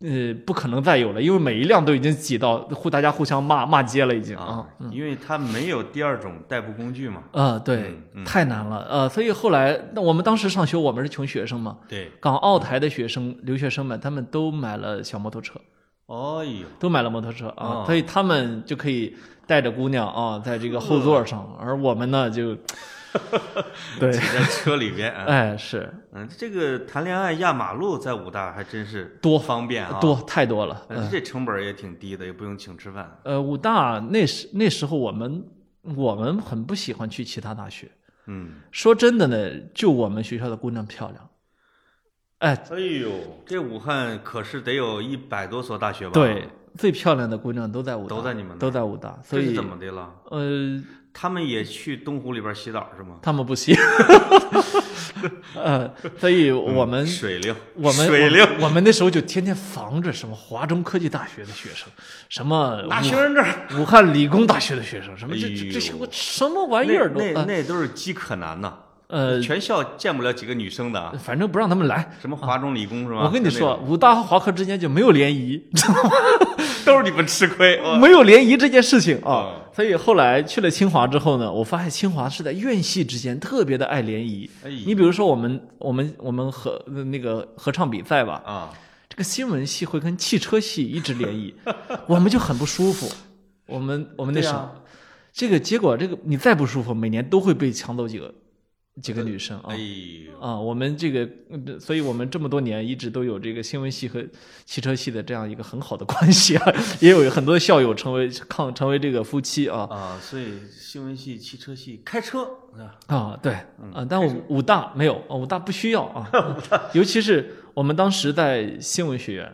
呃，不可能再有了，因为每一辆都已经挤到互大家互相骂骂街了，已经啊啊，，因为它没有第二种代步工具嘛。啊，对嗯，嗯太难了，呃，所以后来那我们当时上学，我们是穷学生嘛，对，港澳台的学生留学生们，他们都买了小摩托车，哎呦，都买了摩托车啊哦，所以他们就可以带着姑娘啊，在这个后座哦上，而我们呢 就，对挤，在车里边 啊，哎，是嗯，这个谈恋爱压马路在武大还真是多方便啊，多嗯太多了。呃，这成本也挺低的，也不用请吃饭。呃，武大那时那时候我们我们很不喜欢去其他大学。嗯，说真的呢，就我们学校的姑娘漂亮。哎，哎呦，这武汉可是得有一百多所大学吧？对，，最漂亮的姑娘都在武大，都在你们那儿都在武大，所这是以怎么的了？呃，他们也去东湖里边洗澡是吗？他们不行。 呃，所以我们、水流，我们水流，我，我们那时候就天天防着什么华中科技大学的学生，什么拿学生证儿，武汉理工大学的学生，什么这哎这呦这些我什么玩意儿都那那呃那都是饥渴难呐，呃，全校见不了几个女生的啊，反正不让他们来。什么华中理工是吧？我跟你就那说，武大和华科之间就没有联 谊， 种，都是你们吃亏。我没有联谊这件事情嗯啊。所以后来去了清华之后呢，我发现清华是在院系之间特别的爱联谊。哎你比如说我们我们我们合那个合唱比赛吧，啊，这个新闻系会跟汽车系一直联谊， 我们就很不舒服。我们我们那对时啊候，这个结果这个你再不舒服，每年都会被抢走几个几个女生啊哎。呦，啊，我们这个，嗯所以我们这么多年一直都有这个新闻系和汽车系的这样一个很好的关系啊，也有很多校友成为抗成为这个夫妻啊啊，所以新闻系、汽车系开车是吧？啊，对啊，但武武大没有啊，武大不需要啊，尤其是我们当时在新闻学院，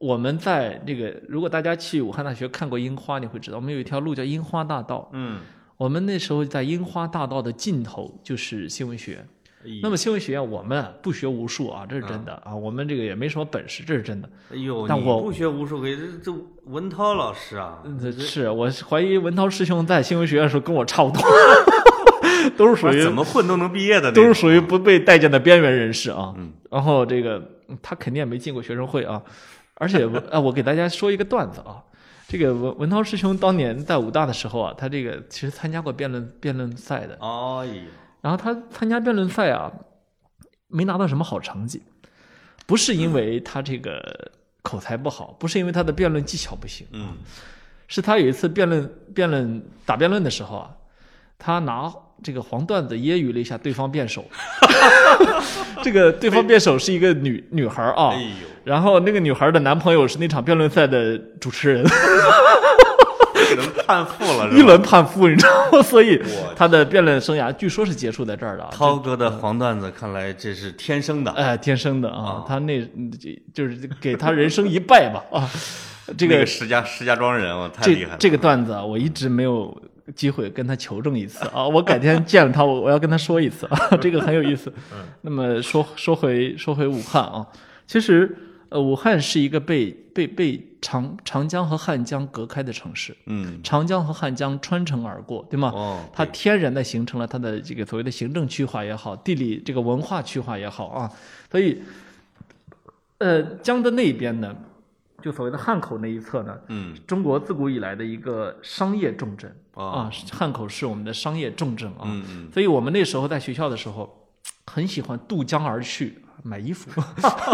我们在这个如果大家去武汉大学看过樱花，你会知道我们有一条路叫樱花大道，嗯，我们那时候在樱花大道的尽头就是新闻学院。哎呦那么新闻学院我们啊不学无术啊，这是真的啊，我们这个也没什么本事，这是真的。哎呦，但你我呃不学无术可以，这这文涛老师啊， 这是我怀疑文涛师兄在新闻学院的时候跟我差不多， 都是属于怎么混都能毕业的那都种，啊是属于不被待见的边缘人士啊。嗯然后这个嗯他肯定也没进过学生会啊，而且文啊，我 给大家说一个段子啊。这个文文涛师兄当年在武大的时候啊，他这个其实参加过辩论辩论赛的，哎呦，然后他参加辩论赛啊，没拿到什么好成绩，不是因为他这个口才不好，不是因为他的辩论技巧不行，嗯，是他有一次辩论辩论打辩论的时候啊，他拿这个黄段子揶揄了一下对方辩手， 这个对方辩手是一个女女孩啊哎，呦，然后那个女孩的男朋友是那场辩论赛的主持人，哎给他们判负了一是吧？轮判负，你知道吗？所以我他的辩论生涯据说是结束在这儿的啊，涛哥的黄段子看来这是天生的，哎，天生的啊啊，他那嗯这就是给他人生一 拜吧啊，这那个石家石家庄人，我太厉害这了，这个段子啊，我一直没有机会跟他求证一次 啊！我改天见了他，我我要跟他说一次啊，这个很有意思。嗯那么说说回说回武汉啊，其实呃，武汉是一个被被被长长江和汉江隔开的城市，嗯，长江和汉江穿城而过，对吗？哦，它天然的形成了它的这个所谓的行政区划也好，地理这个文化区划也好啊，所以，呃，江的那一边呢，就所谓的汉口那一侧呢，嗯，哦中国自古以来的一个商业重镇啊，汉口是我们的商业重镇啊，嗯嗯，所以我们那时候在学校的时候，很喜欢渡江而去买衣服，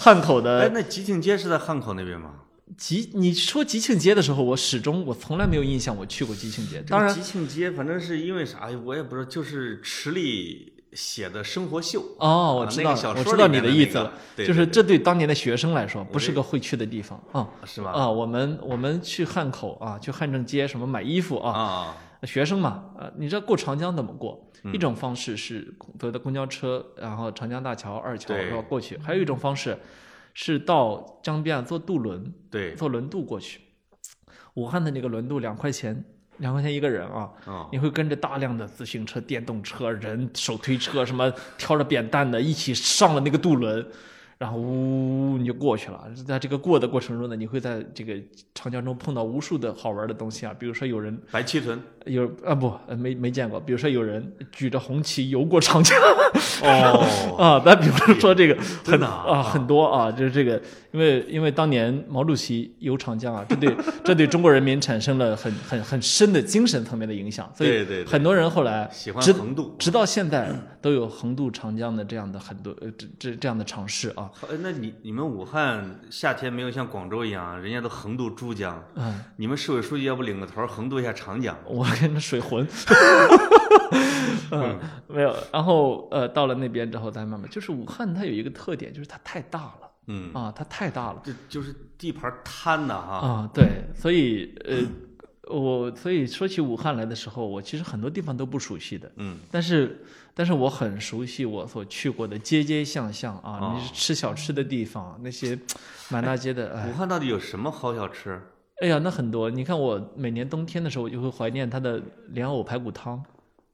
汉口的哎，那吉庆街是在汉口那边吗？吉，你说吉庆街的时候，我始终我从来没有印象我去过吉庆街，当然吉庆街反正是因为啥，哎我也不知道，就是池里写的生活秀。哦，我啊知那道个了，小我说知道你里面的的意那思个了，对就是对对这对当年的学生来说不我是这个会去的地方啊是吧？啊！我们我们去汉口啊，去汉正街什么买衣服啊，啊，学生嘛，呃，你知道过长江怎么过？一种方式是公所谓的公交车，然后长江大桥、二桥对然后过去；还有一种方式是到江边啊坐渡轮，对，坐轮渡过去。武汉的那个轮渡两块钱，两块钱一个人啊，啊，你会跟着大量的自行车、电动车、人手推车，什么挑着扁担的，一起上了那个渡轮，然后呜你就过去了。在这个过的过程中呢，你会在这个长江中碰到无数的好玩的东西啊，比如说有人白 鳍豚。有啊不呃没没见过，比如说有人举着红旗游过长江哦，啊，咱比如说这个很 真的啊啊很多啊，就是这个，因为因为当年毛主席游长江啊，这 对这对中国人民产生了很很很深的精神层面的影响，所以对对对很多人后来喜欢直横渡。直到现在都有横渡长江的这样的很多呃这这这样的尝试啊，呃，那你你们武汉夏天没有像广州一样，人家都横渡珠江，嗯，你们市委书记要不领个头儿横渡一下长江？我跟着水 浑，嗯，没有。然后呃，到了那边之后，再慢慢就是武汉，它有一个特点，就是它太大了嗯，啊，它太大了这就是地盘儿贪呐哈。啊，对，所以呃，我所以说起武汉来的时候，我其实很多地方都不熟悉的，嗯，但是但是我很熟悉我所去过的街街巷巷啊，哎哦你是吃小吃的地方，那些满大街的，哎武汉到底有什么好小吃？哎呀，那很多。你看我每年冬天的时候，我就会怀念它的莲藕排骨汤。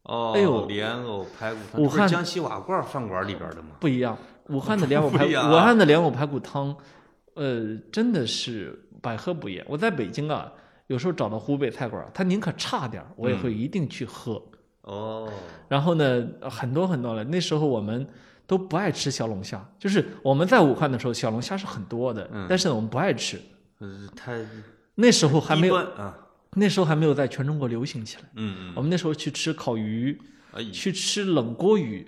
哦，哎呦莲藕排骨汤，武这不汉是江西瓦罐饭馆里边的吗？不一样。武汉的莲藕排， 不一样啊武汉的莲藕排骨汤，呃，真的是百喝不厌。我在北京啊，有时候找到湖北菜馆儿，它宁可差点儿，我也会一定去喝。哦，然后呢，很多很多了。那时候我们都不爱吃小龙虾，就是我们在武汉的时候，小龙虾是很多的，嗯但是呢我们不爱吃。呃太那时候还没低有，端啊，那时候还没有在全中国流行起来。嗯我们那时候去吃烤鱼，嗯，哎呦去吃冷锅鱼，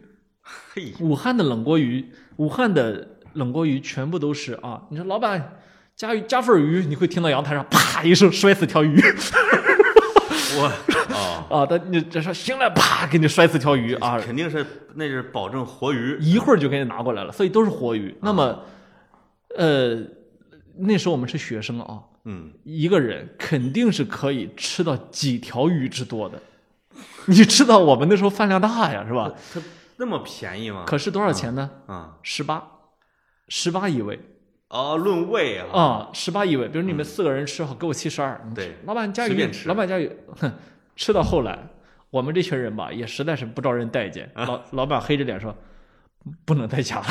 嘿，武汉的冷锅鱼，武汉的冷锅鱼全部都是啊！你说老板加鱼加份鱼，你会听到阳台上啪一声摔死条鱼 我哦，啊！他你这说行了，啪给你摔死条鱼啊！肯定是那是保证活鱼，一会儿就给你拿过来了，所以都是活鱼。那么，呃，那时候我们是学生啊，嗯，一个人肯定是可以吃到几条鱼之多的。 你知道我们那时候饭量大呀，是吧？它那么便宜吗？可是多少钱呢？啊，十八，十八一位。哦，论位啊，啊，十八一尾，比如你们四个人吃好，给我七十二。你嗯对老板加随鱼便，吃老板加鱼，哼， 吃到后来，我们这群人吧，也实在是不招人待见。啊老老板黑着脸说，不能再加了，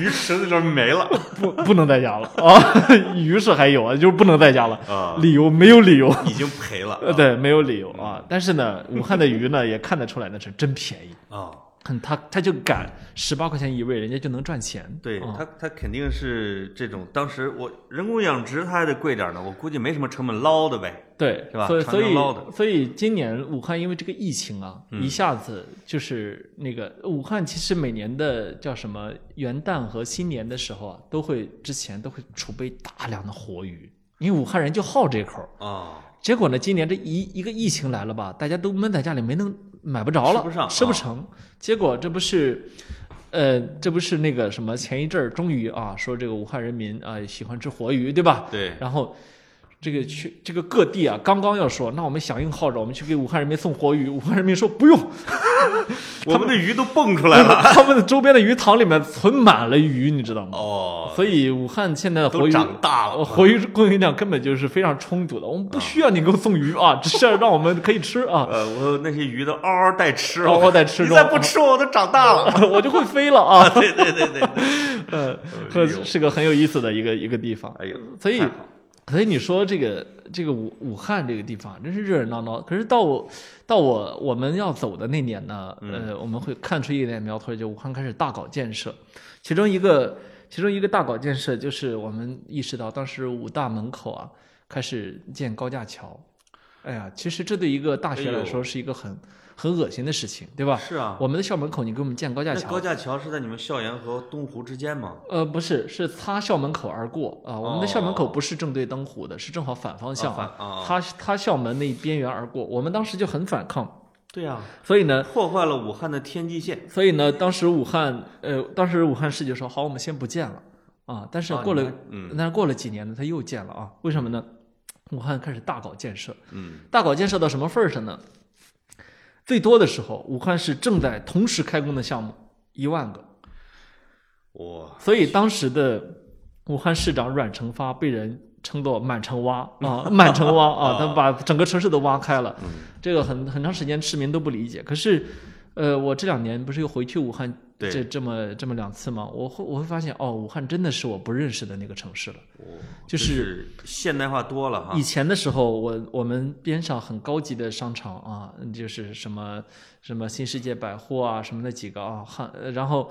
鱼池子就没 了不不能再加了啊！ 鱼是还有啊，就是不能再加了，啊，嗯理由没有理由，已经赔了呃，对，没有理由啊。但是呢，武汉的鱼呢，也看得出来那是真便宜，啊。哼，他他就敢十八块钱一位，人家就能赚钱。对啊它，它肯定是这种。当时我人工养殖它还得贵点儿呢，我估计没什么成本捞的呗。对，是吧所以长所江捞以的嗯所以今年武汉因为这个疫情啊，一下子就是那个武汉其实每年的叫什么元旦和新年的时候啊，都会之前都会储备大量的活鱼，因为武汉人就好这口儿。啊，结果呢，今年这一一个疫情来了吧，大家都闷在家里，没能买不着了，吃不上啊成。结果这不是，呃，这不是那个什么，呃前一阵儿终于啊，说这个武汉人民啊、喜欢吃活鱼，对吧？对，然后这个去这个各地啊，刚刚要说，那我们响应号召，我们去给武汉人民送活鱼，武汉人民说不用， 我们的鱼都蹦出来了。他们的周边的鱼塘里面存满了鱼，你知道吗？哦，所以武汉现在的活都鱼长大呃了。活鱼供应量根本就是非常充足的，我们不需要你给我送鱼哦啊，只是要让我们可以吃啊， 呃，我那些鱼都嗷嗷待吃，嗷嗷待吃哦你中再不吃我，我都长大了。我就会飞了啊。对对对对，呃，哎呦是是个很有意思的一个一个地方。哎呦，所以太好了，所以你说这个这个武武汉这个地方真是热热闹闹。可是到我到我我们要走的那年呢，嗯呃，我们会看出一点苗头，就武汉开始大搞建设，其中一个其中一个大搞建设就是我们意识到，当时武大门口啊开始建高架桥。哎呀，其实这对一个大学来哎说是一个很很恶心的事情，对吧？是啊，我们的校门口你给我们建高架那桥，高架桥是在你们校园和东湖之间吗？呃，不是，是擦校门口而过啊、我们的校门口哦不是正对灯湖的，是正好反方向啊啊。反啊，擦擦校门那边缘而过，我们当时就很反抗，对呀，所以呢，破坏了武汉的天际线。所以呢，当时武汉，呃，当时武汉市就说好，我们先不建了啊。但是啊过你了，看嗯但是过了几年呢，他又建了啊。为什么呢？武汉开始大搞建设，嗯，大搞建设到什么份儿上呢？最多的时候，武汉市正在同时开工的项目一万个，哇，所以当时的武汉市长阮成发被人称作“满城挖”啊，“满城挖”啊，他把整个城市都挖开了。这个很很长时间市民都不理解。可是，呃，我这两年不是又回去武汉对这这么这么两次吗？我会我会发现哦，武汉真的是我不认识的那个城市了。哦就就是是现代化多了哈以。前的时候，我我们边上很高级的商场啊，嗯就是什么什么新世界百货啊什么那几个啊，汉，呃然后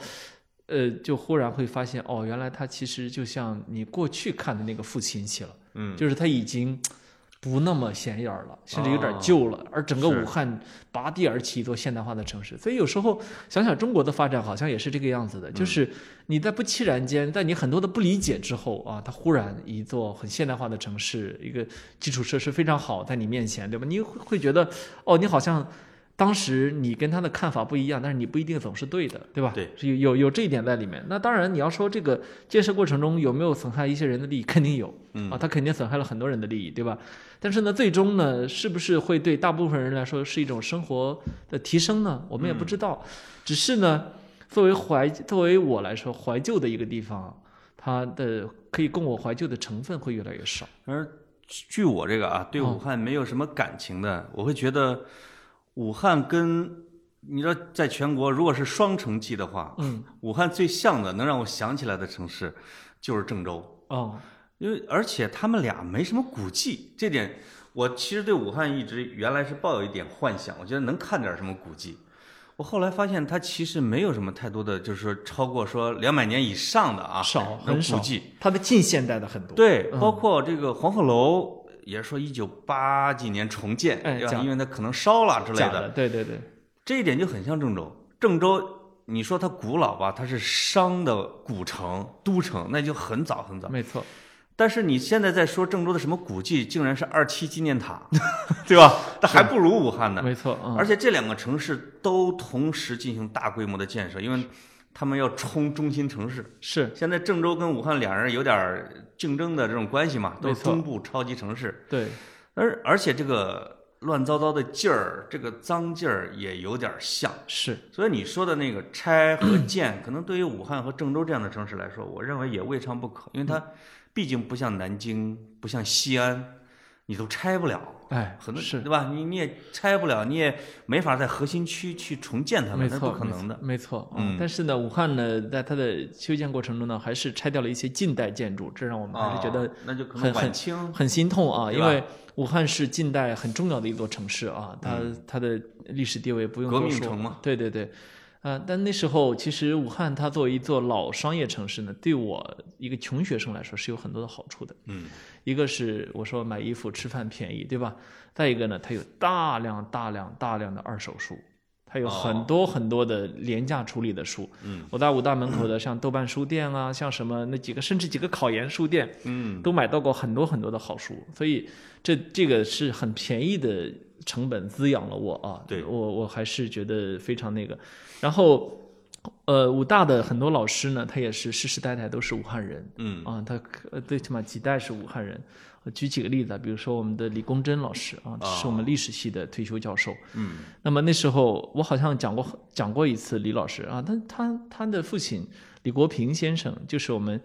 呃，就忽然会发现哦，原来它其实就像你过去看的那个富亲戚了，嗯，就是它已经不那么显眼儿了，甚至有点哦旧了。而整个是武汉拔地而起一座现代化的城市，所以有时候想想中国的发展好像也是这个样子嗯的，就是你在不期然间，在你很多的不理解之后啊，它忽然一座很现代化的城市，一个基础设施非常好在你面前，对吧？你会会觉得哦，你好像。当时你跟他的看法不一样，但是你不一定总是对的，对吧？对，是有有有这一点在里面。那当然，你要说这个建设过程中有没有损害一些人的利益，肯定有。嗯啊，它肯定损害了很多人的利益，对吧？但是呢，最终呢，是不是会对大部分人来说是一种生活的提升呢？我们也不嗯知道。只是呢，作为怀作为我来说，怀旧的一个地方，它的可以供我怀旧的成分会越来越少。而据我这个啊，嗯对武汉没有什么感情的，我会觉得武汉跟你知道，在全国如果是双城记的话，嗯，武汉最像的能让我想起来的城市就是郑州，哦，因为而且他们俩没什么古迹，这点我其实对武汉一直原来是抱有一点幻想，我觉得能看点什么古迹。我后来发现，它其实没有什么太多的，就是说超过说两百年以上的啊，少那很古少迹。，它的近现代的很多。对，嗯包括这个黄鹤楼，也是说一九八几年重建，哎对吧假因为它可能烧了之类假的，的，对对对，这一点就很像郑州。郑州，你说它古老吧，它是商的古城、都城，那就很早很早。没错。但是你现在在说郑州的什么古迹，竟然是二七纪 念塔，对吧？那还不如武汉呢。没错，嗯，而且这两个城市都同时进行大规模的建设，因为他们要冲中心城市。是现在郑州跟武汉两人有点儿竞争的这种关系嘛，都没是错中部超级城市，对，而而且这个乱糟糟的劲儿，这个脏劲儿也有点儿像。是所以你说的那个拆和建， 可能对于武汉和郑州这样的城市来说，我认为也未尝不可，因为嗯它毕竟不像南京，不像西安，你都拆不了，哎，很多是对吧？你你也拆不了，你也没法在核心区去重建它没们，那是错，不可能的。没错。没错嗯但是呢，武汉呢，在它的修建过程中呢，还是拆掉了一些近代建筑，这让我们还是觉啊得那就可很能很晚清很心痛啊，哦对因吧为武汉是近代很重要的一座城市啊，它它的历史地位不用嗯革多命说城嘛，对对对。啊、但那时候其实武汉它作为一座老商业城市呢，对我一个穷学生来说是有很多的好处的。嗯，一个是我说买衣服吃饭便宜，对吧？再一个呢，它有大量大量大量的二手书，它有很多很多的廉价处理的书。嗯，我在武大门口的像豆瓣书店啊，像什么那几个，甚至几个考研书店，嗯，都买到过很多很多的好书，所以这这个是很便宜的成本滋养了我啊。对我我还是觉得非常那个。然后，呃，武大的很多老师呢，他也是世世代代都是武汉人，嗯啊，他呃最起码几代是武汉人我举几个例子啊，比如说我们的李公珍老师啊，是我们历史系的退休教授。嗯那么那时候我好像讲过讲过一次李老师啊，但他他的父亲李国平先生就是我们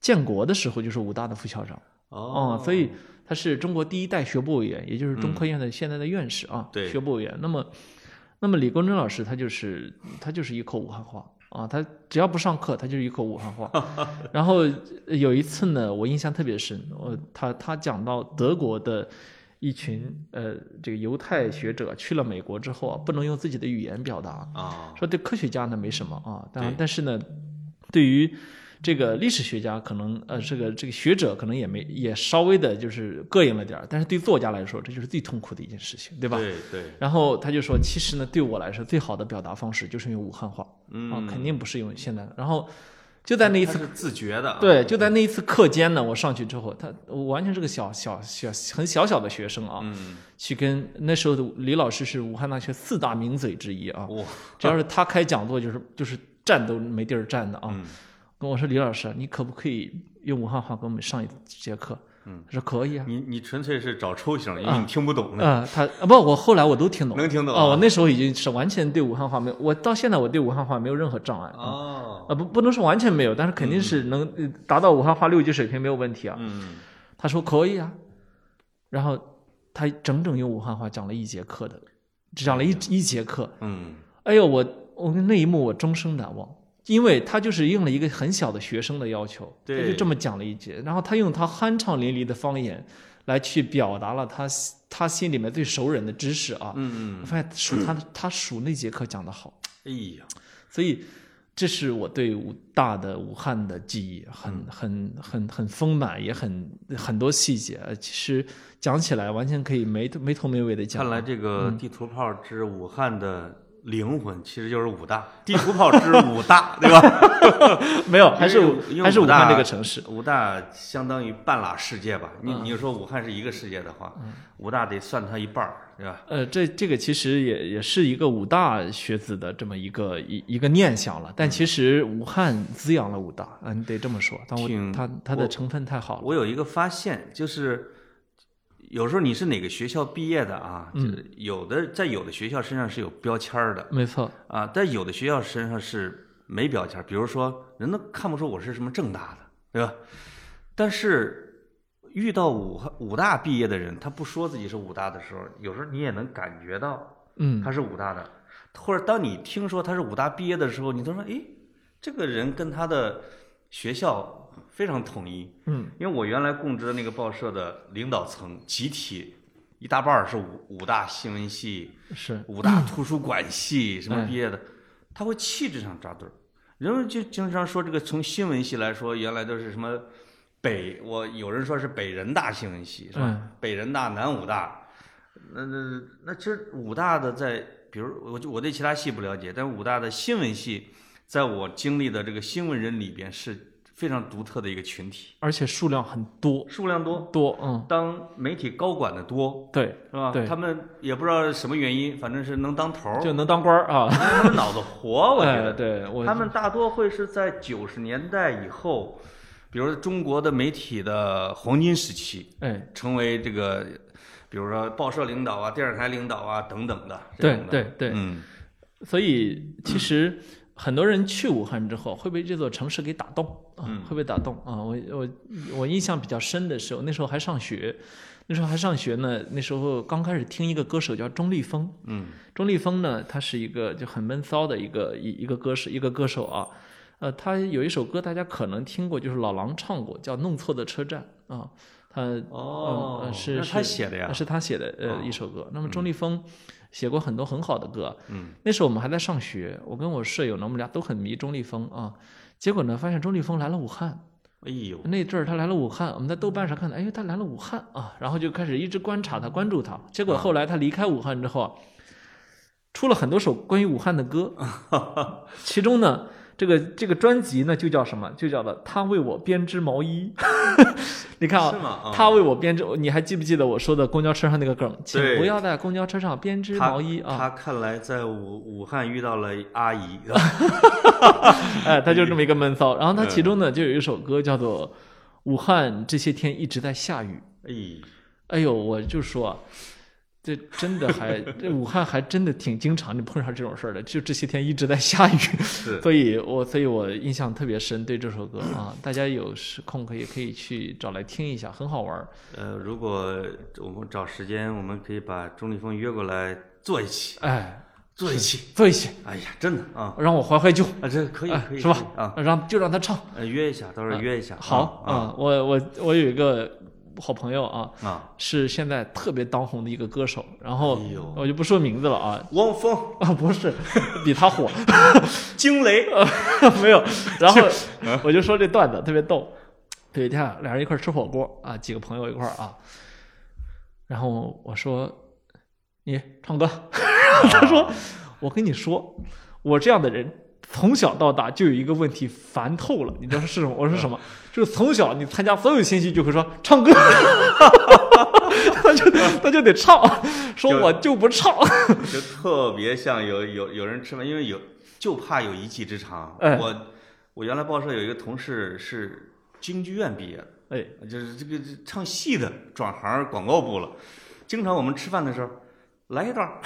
建国的时候就是武大的副校长哦、所以他是中国第一代学部委员，也就是中科院的现在的院士啊，对学部委员。那么那么李光珍老师他就是他就是一口武汉话。啊，他只要不上课，他就是一口武汉话。然后有一次呢，我印象特别深，我他他讲到德国的一群呃这个犹太学者去了美国之后啊，不能用自己的语言表达，啊说对科学家呢没什么啊，但对但是呢，对于这个历史学家可能呃这个这个学者可能也没也稍微的就是膈应了点儿，但是对作家来说这就是最痛苦的一件事情，对吧？对对，然后他就说，其实呢，对我来说最好的表达方式就是用武汉话啊，嗯，肯定不是用现在的。然后就在那一他次是自觉的啊，对，就在那一次课间呢，我上去之后，他我完全是个小小小很小小的学生啊，嗯，去跟那时候的李老师是武汉大学四大名嘴之一啊，哇，只要是他开讲座，就是就是站都没地儿站的啊。嗯跟我说李老师，你可不可以用武汉话给我们上一节课？嗯，他说可以啊。你你纯粹是找抽型，因为你听不懂的，啊、他啊不，我后来我都听懂了，能听懂啊、我啊那时候已经是完全对武汉话没有，我到现在我对武汉话没有任何障碍啊。哦，啊，不，不能说完全没有，但是肯定是能呃达到武汉话六级水平没有问题啊。嗯，他说可以啊，然后他整整用武汉话讲了一节课的，只讲了一一节课。嗯，哎呦，我我那一幕我终生难忘，因为他就是应了一个很小的学生的要求，他对就这么讲了一节，然后他用他酣畅淋漓的方言来去表达了他他心里面最熟人的知识啊。嗯我发现数他他数那节课讲得好。哎呀，所以这是我对武大的武汉的记忆，嗯很很很很丰满，也很很多细节。呃其实讲起来完全可以没没头没尾的讲。嗯看来这个地图炮之武汉的灵魂其实就是武大，地图炮之武 大，对吧？没有，还是因为因为还是武武大汉这个城市。嗯武大相当于半拉世界吧？你你说武汉是一个世界的话，武大得算它一半儿，对吧？呃，这这个其实也也是一个武大学子的这么一个一一个念想了，嗯但其实武汉滋养了武大啊，你得这么说。但我挺它它的成分太好了，我有一个发现，就是有时候你是哪个学校毕业的啊，嗯就是有的在有的学校身上是有标签儿的没错，啊，在有的学校身上是没标签儿，比如说人都看不出我是什么正大的，对吧？但是遇到武汉武大毕业的人，他不说自己是武大的时候，有时候你也能感觉到嗯他是武大的，或者当你听说他是武大毕业的时候，你都说，诶，这个人跟他的学校非常统一。嗯，因为我原来供职的那个报社的领导层，集体一大半儿是武武大新闻系、是武大图书馆系什么嗯毕业的，他会气质上扎堆儿。人们就经常说这个从新闻系来说，原来都是什么北，我有人说是北人大新闻系是吧？嗯北人大、南武大，那那那其实武大的在，比如我就我对其他系不了解，但武大的新闻系，在我经历的这个新闻人里边是非常独特的一个群体，而且数量很多数量多。多，嗯，当媒体高管的多，对，是吧？对他们也不知道什么原因，反正是能当头儿，就能当官儿 啊。他们脑子活，我觉哎，得。对我他们大多会是在九十年代以后，比如说中国的媒体的黄金时期，哎，成为这个，比如说报社领导啊、电视台领导啊等等的。这对种的对对，嗯，所以其实很多人去武汉之后会被这座城市给打动啊，嗯会被打动啊。我我我印象比较深的是，我那时候还上学，那时候还上学呢，那时候刚开始听一个歌手叫钟立风，嗯，钟立风呢，他是一个就很闷骚的一个一一个歌手，一个歌手啊。呃，他有一首歌大家可能听过，就是老狼唱过，叫《弄错的车站》啊。他哦嗯是那他写的呀是他写的呃哦一首歌。那么钟立风写过很多很好的歌，嗯，那时候我们还在上学，我跟我舍友呢，我们俩都很迷钟立风啊。结果呢，发现钟立风来了武汉，哎呦，那阵儿他来了武汉，我们在豆瓣上看到，哎呦，他来了武汉啊，然后就开始一直观察他，关注他。结果后来他离开武汉之后，啊、出了很多首关于武汉的 歌，其中呢，这个这个专辑呢就叫什么？就叫了《他为我编织毛衣》。 你看是啊，吗？啊他为我编织，你还记不记得我说的公交车上那个梗？请对不要在公交车上编织他毛衣啊！他看来在武武汉遇到了阿姨， 哎，他就这嗯么一个闷骚。然后他其中呢，就有一首歌叫做《武汉这些天一直在下雨》哎，哎呦，我就说，这真的 还这武汉还真的挺经常的碰上这种事儿的，就这些天一直在下雨，是所以我所以我印象特别深，对这首歌啊，大家有时空可以可以去找来听一下，很好玩儿。呃，如果我们找时间，我们可以把钟立风约过来坐一起，哎，坐一起。做一些，哎呀，真的啊让我怀怀旧，啊，这可以哎可以是吧可以啊，让就让他唱。呃，约一下，到时候约一下。好，啊嗯，我我我有一个好朋友啊，啊啊，是现在特别当红的一个歌手，然后哎呦我就不说名字了啊，汪峰、 啊不是，比他火， 惊雷，没有。然后我就说这段子特别逗，有一天啊俩人一块儿吃火锅啊，几个朋友一块儿啊，然后我说你唱歌， 他说我跟你说，我这样的人。从小到大就有一个问题烦透了，你知道是什么？我说什么？ 就是从小你参加所有信息就会说唱歌， 他就他就得唱，说我就不唱， 就特别像有有有人吃饭，因为有就怕有一技之长。哎我我原来报社有一个同事是京剧院毕业的，哎，就是这个这唱戏的，转行广告部了。经常我们吃饭的时候，来一段儿，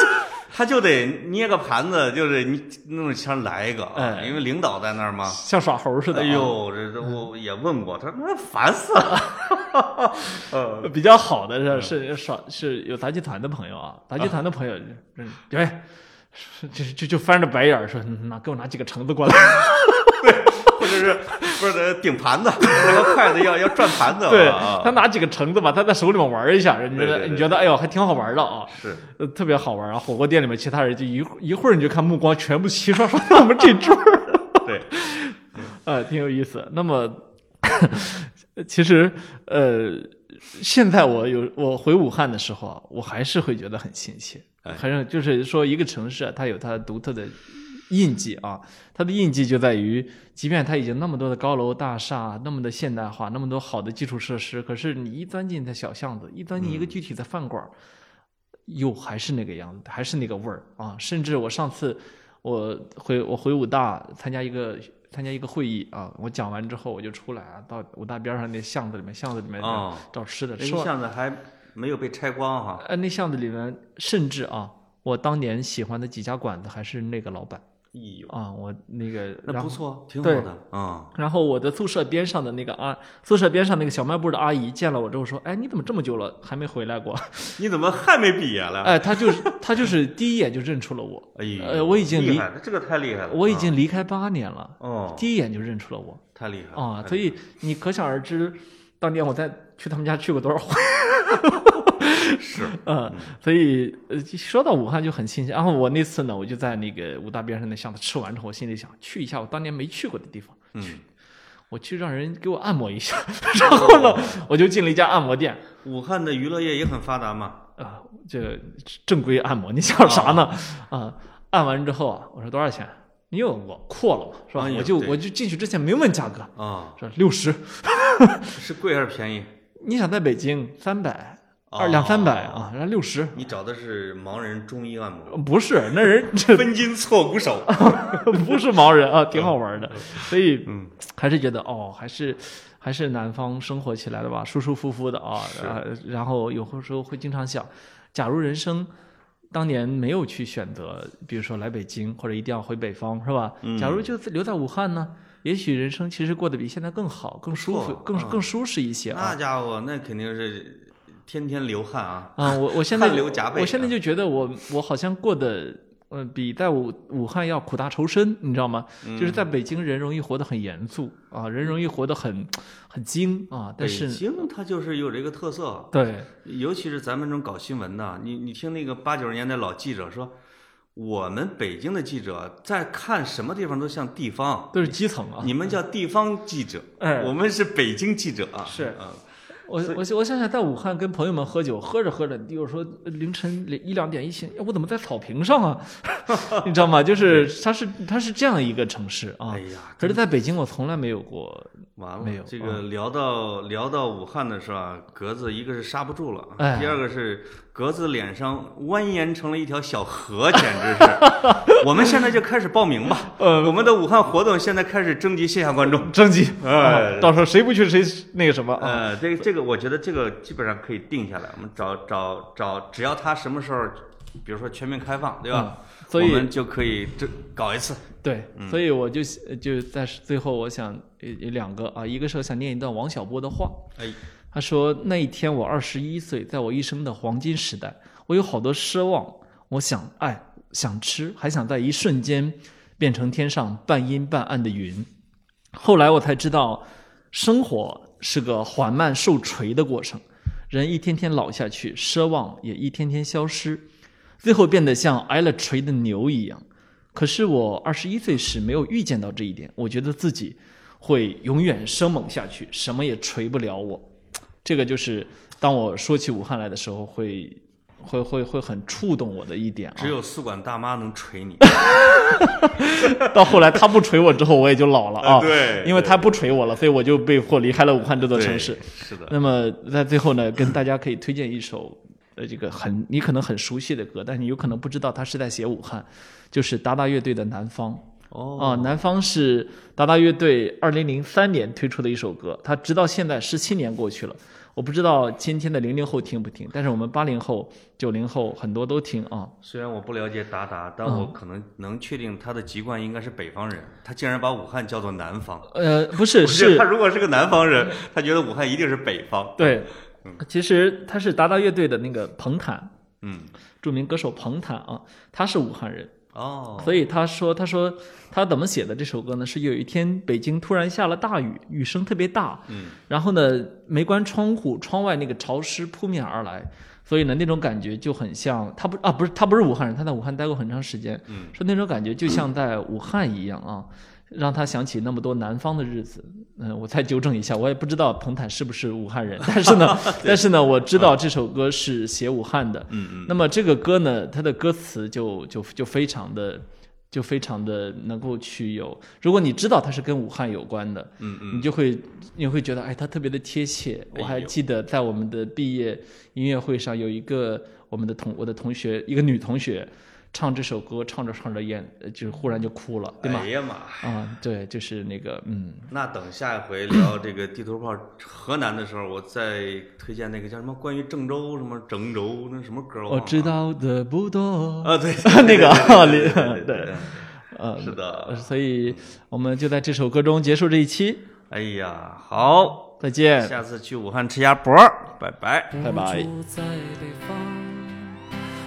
他就得捏个盘子，就是你弄着腔来一个啊，哎因为领导在那儿嘛。像耍猴似的、啊嗯哎，呦，这这我也问过，他说那烦死了。 呃，比较好的是是少是有杂技团的朋友啊，杂技团的朋友就是表演，是就就就翻着白眼儿说，嗯拿给我拿几个橙子过来。啊或者是不是顶盘子，那个筷子要要转盘子 啊，对啊他拿几个橙子吧，他在手里面玩一下，人觉对对得对你觉得哎呦还挺好玩的啊，是。呃特别好玩。然后火锅店里面其他人就一会一会儿你就看目光全部齐刷刷到我们这桌儿， 对，呃，挺有意思。那么，其实呃，现在我有我回武汉的时候啊，我还是会觉得很亲切，哎还是就是说一个城市啊，它有它独特的印记啊，它的印记就在于，即便它已经那么多的高楼大厦，啊那么的现代化，那么多好的基础设施，可是你一钻进它小巷子，一钻进一个具体的饭馆儿，又还是那个样子，还是那个味儿啊！甚至我上次我回我回武大参加一个参加一个会议啊，我讲完之后我就出来啊，到武大边上那巷子里面，巷子里面哦找吃的，那吃个完巷子还没有被拆光哈。呃那巷子里面，甚至啊，我当年喜欢的几家馆子还是那个老板哎呦，啊，我那个那然后不错，挺好对的啊。然后我的宿舍边上的那个阿，宿舍边上那个小卖部的阿姨见了我之后说：“哎，你怎么这么久了还没回来过 你怎么还没毕业？”了？哎，她就是她就是第一眼就认出了我，哎呦，呃我已经厉离害了，这个太厉害了。我已啊经离开八年了，哦，第一眼就认出了我太厉害了啊，太所厉以你可想而知，当年我在去他们家去过多少回。害了 是嗯，所以呃，说到武汉就很新鲜。然后我那次呢，我就在那个武大边上的巷子吃完之后，我心里想去一下我当年没去过的地方，嗯，我去让人给我按摩一 下。然后呢，我就进了一家按摩店，武汉的娱乐业也很发达嘛。啊，这个正规按摩，你想啥呢？啊，按完之后啊，我说多少钱？你有我阔了嘛，是吧哎？呦我就对我就进去之前没问价格，啊，说六十。是贵还是便 宜？你想在北京三百哦二两三百啊，然后六十，你找的是盲人中医按摩，不是那人 这分筋错骨手。不是盲人啊，挺好玩的，所以嗯还是觉得哦，还是还是南方生活起来的吧，舒舒服服的啊。是然后然后有时候会经常想，假如人生当年没有去选择，比如说来北京或者一定要回北方，是吧？嗯假如就留在武汉呢，也许人生其实过得比现在更好、更舒服、错更嗯更舒适一些啊那。家伙，那肯定是天天流汗啊。啊、我我现在汗流浃背啊我现在就觉得我我好像过得，呃，比在武武汉要苦大仇深，你知道吗？就是嗯在北京人容易活得很严肃啊，人容易活得很很精啊，但北是京它就是有这个特色，对，尤其是咱们这种搞新闻的，你你听那个八九十年代老记者说，我们北京的记者在看什么地方都像地方，都是基层啊。你们叫地方记者，哎我们是北京记者啊，是哦啊，我我我想想，在武汉跟朋友们喝酒，喝着喝着，有时候凌晨一两点一醒，哎我怎么在草坪上啊？ 你知道吗？就是它是它是这样一个城市啊哎。呀，可是在北京，我从来没有过，完了，没有啊这个聊到聊到武汉的时候啊，格子一个是刹不住了，哎第二个是格子脸上蜿蜒成了一条小河，简直 是。我们现在就开始报名吧，呃哦我们的武汉活动现在开始征集线下观众。征集，哎啊到时候谁不去谁那个什么啊？呃，这个这个我觉得这个基本上可以定下来。我们找找找，只要他什么时候，比如说全面开放，对吧？嗯所我以们就可以这搞一次。对，所以我就就在最后，我想有有两个啊，一个是我想念一段王小波的话，哎，他说：“那一天我二十一岁，在我一生的黄金时代，我有好多奢望，我想爱，想吃，还想在一瞬间变成天上半阴半暗的云。后来我才知道，生活是个缓慢受锤的过程，人一天天老下去，奢望也一天天消失，最后变得像挨了锤的牛一样。可是我二十一岁时没有预见到这一点，我觉得自己会永远生猛下去，什么也锤不了我。”这个就是当我说起武汉来的时候会，会会会很触动我的一点只啊。有宿管大妈能锤你到后来他不锤我之后，我也就老了啊。哎对因为他不锤我了，所以我就被迫离开了武汉这座对城市。是的，那么在最后呢，跟大家可以推荐一首呃这个很你可能很熟悉的歌，但你有可能不知道他是在写武汉，就是达达乐队的《南方》。哦，啊，南方是达达乐队二零零三年推出的一首歌，它直到现在十七年过去了，我不知道今天的零零后听不听，但是我们八零后、九零后很多都听啊。虽然我不了解达达，但我嗯可能能确定他的籍贯应该是北方人。他竟然把武汉叫做南方，呃，不我是，觉得是他如果是个南方人，他觉得武汉一定是北方。对，其实他是达达乐队的那个彭坦，嗯，著名歌手彭坦啊，他是武汉人，哦，所以他说，他说他怎么写的这首歌呢？是有一天北京突然下了大雨，雨声特别大，嗯，然后呢没关窗户，窗外那个潮湿扑面而来，所以呢那种感觉就很像他不啊不是他不是武汉人，他在武汉待过很长时间，嗯，说那种感觉就像在武汉一样啊。让他想起那么多南方的日子，嗯，我再纠正一下，我也不知道彭坦是不是武汉人，但是呢，但是呢，我知道这首歌是写武汉的，嗯嗯，那么这个歌呢，它的歌词就就就非常的，就非常的能够去有，如果你知道它是跟武汉有关的，嗯嗯，你就会你会觉得，哎，它特别的贴切。我还哎呦记得在我们的毕业音乐会上，有一个我们的同我的同学，一个女同学，唱这首歌，唱着唱着眼，呃就是忽然就哭了，对吗哎？呀妈！啊、对，就是那个，嗯，那等下一回聊这个地头炮河南的时候，我再推荐那个叫什么关于郑州什么郑州那什么歌忘我了知道的不多，啊，对 那个啊对对对对对对对呃，是的。所以我们就在这首歌中结束这一期，哎呀，好，再见。下次去武汉吃鸭脖儿，拜拜。拜拜我住在北方，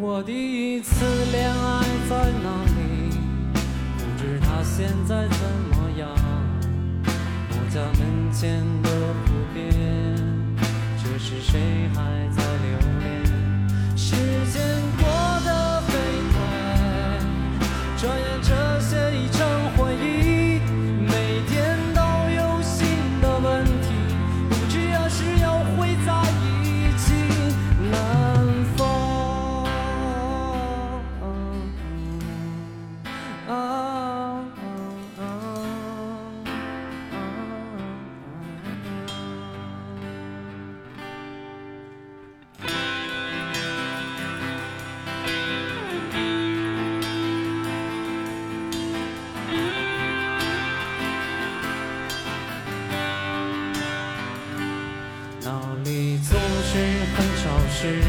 我第一次恋爱在哪里？不知他现在怎么样。我家门前的湖边，这时谁还在留恋？时间过得飞快，转眼这些已成回忆。每天都有新的问题，不知何时又会在一起。南方。啊啊啊那里总是很潮湿，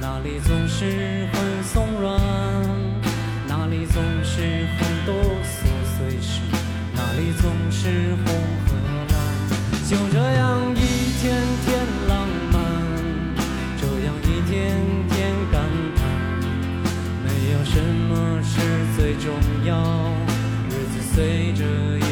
那里总是很松软，那里总是很多琐碎事，那里总是红和蓝。就这样一天天浪漫，这样一天天感叹，没有什么是最重要，日子随着一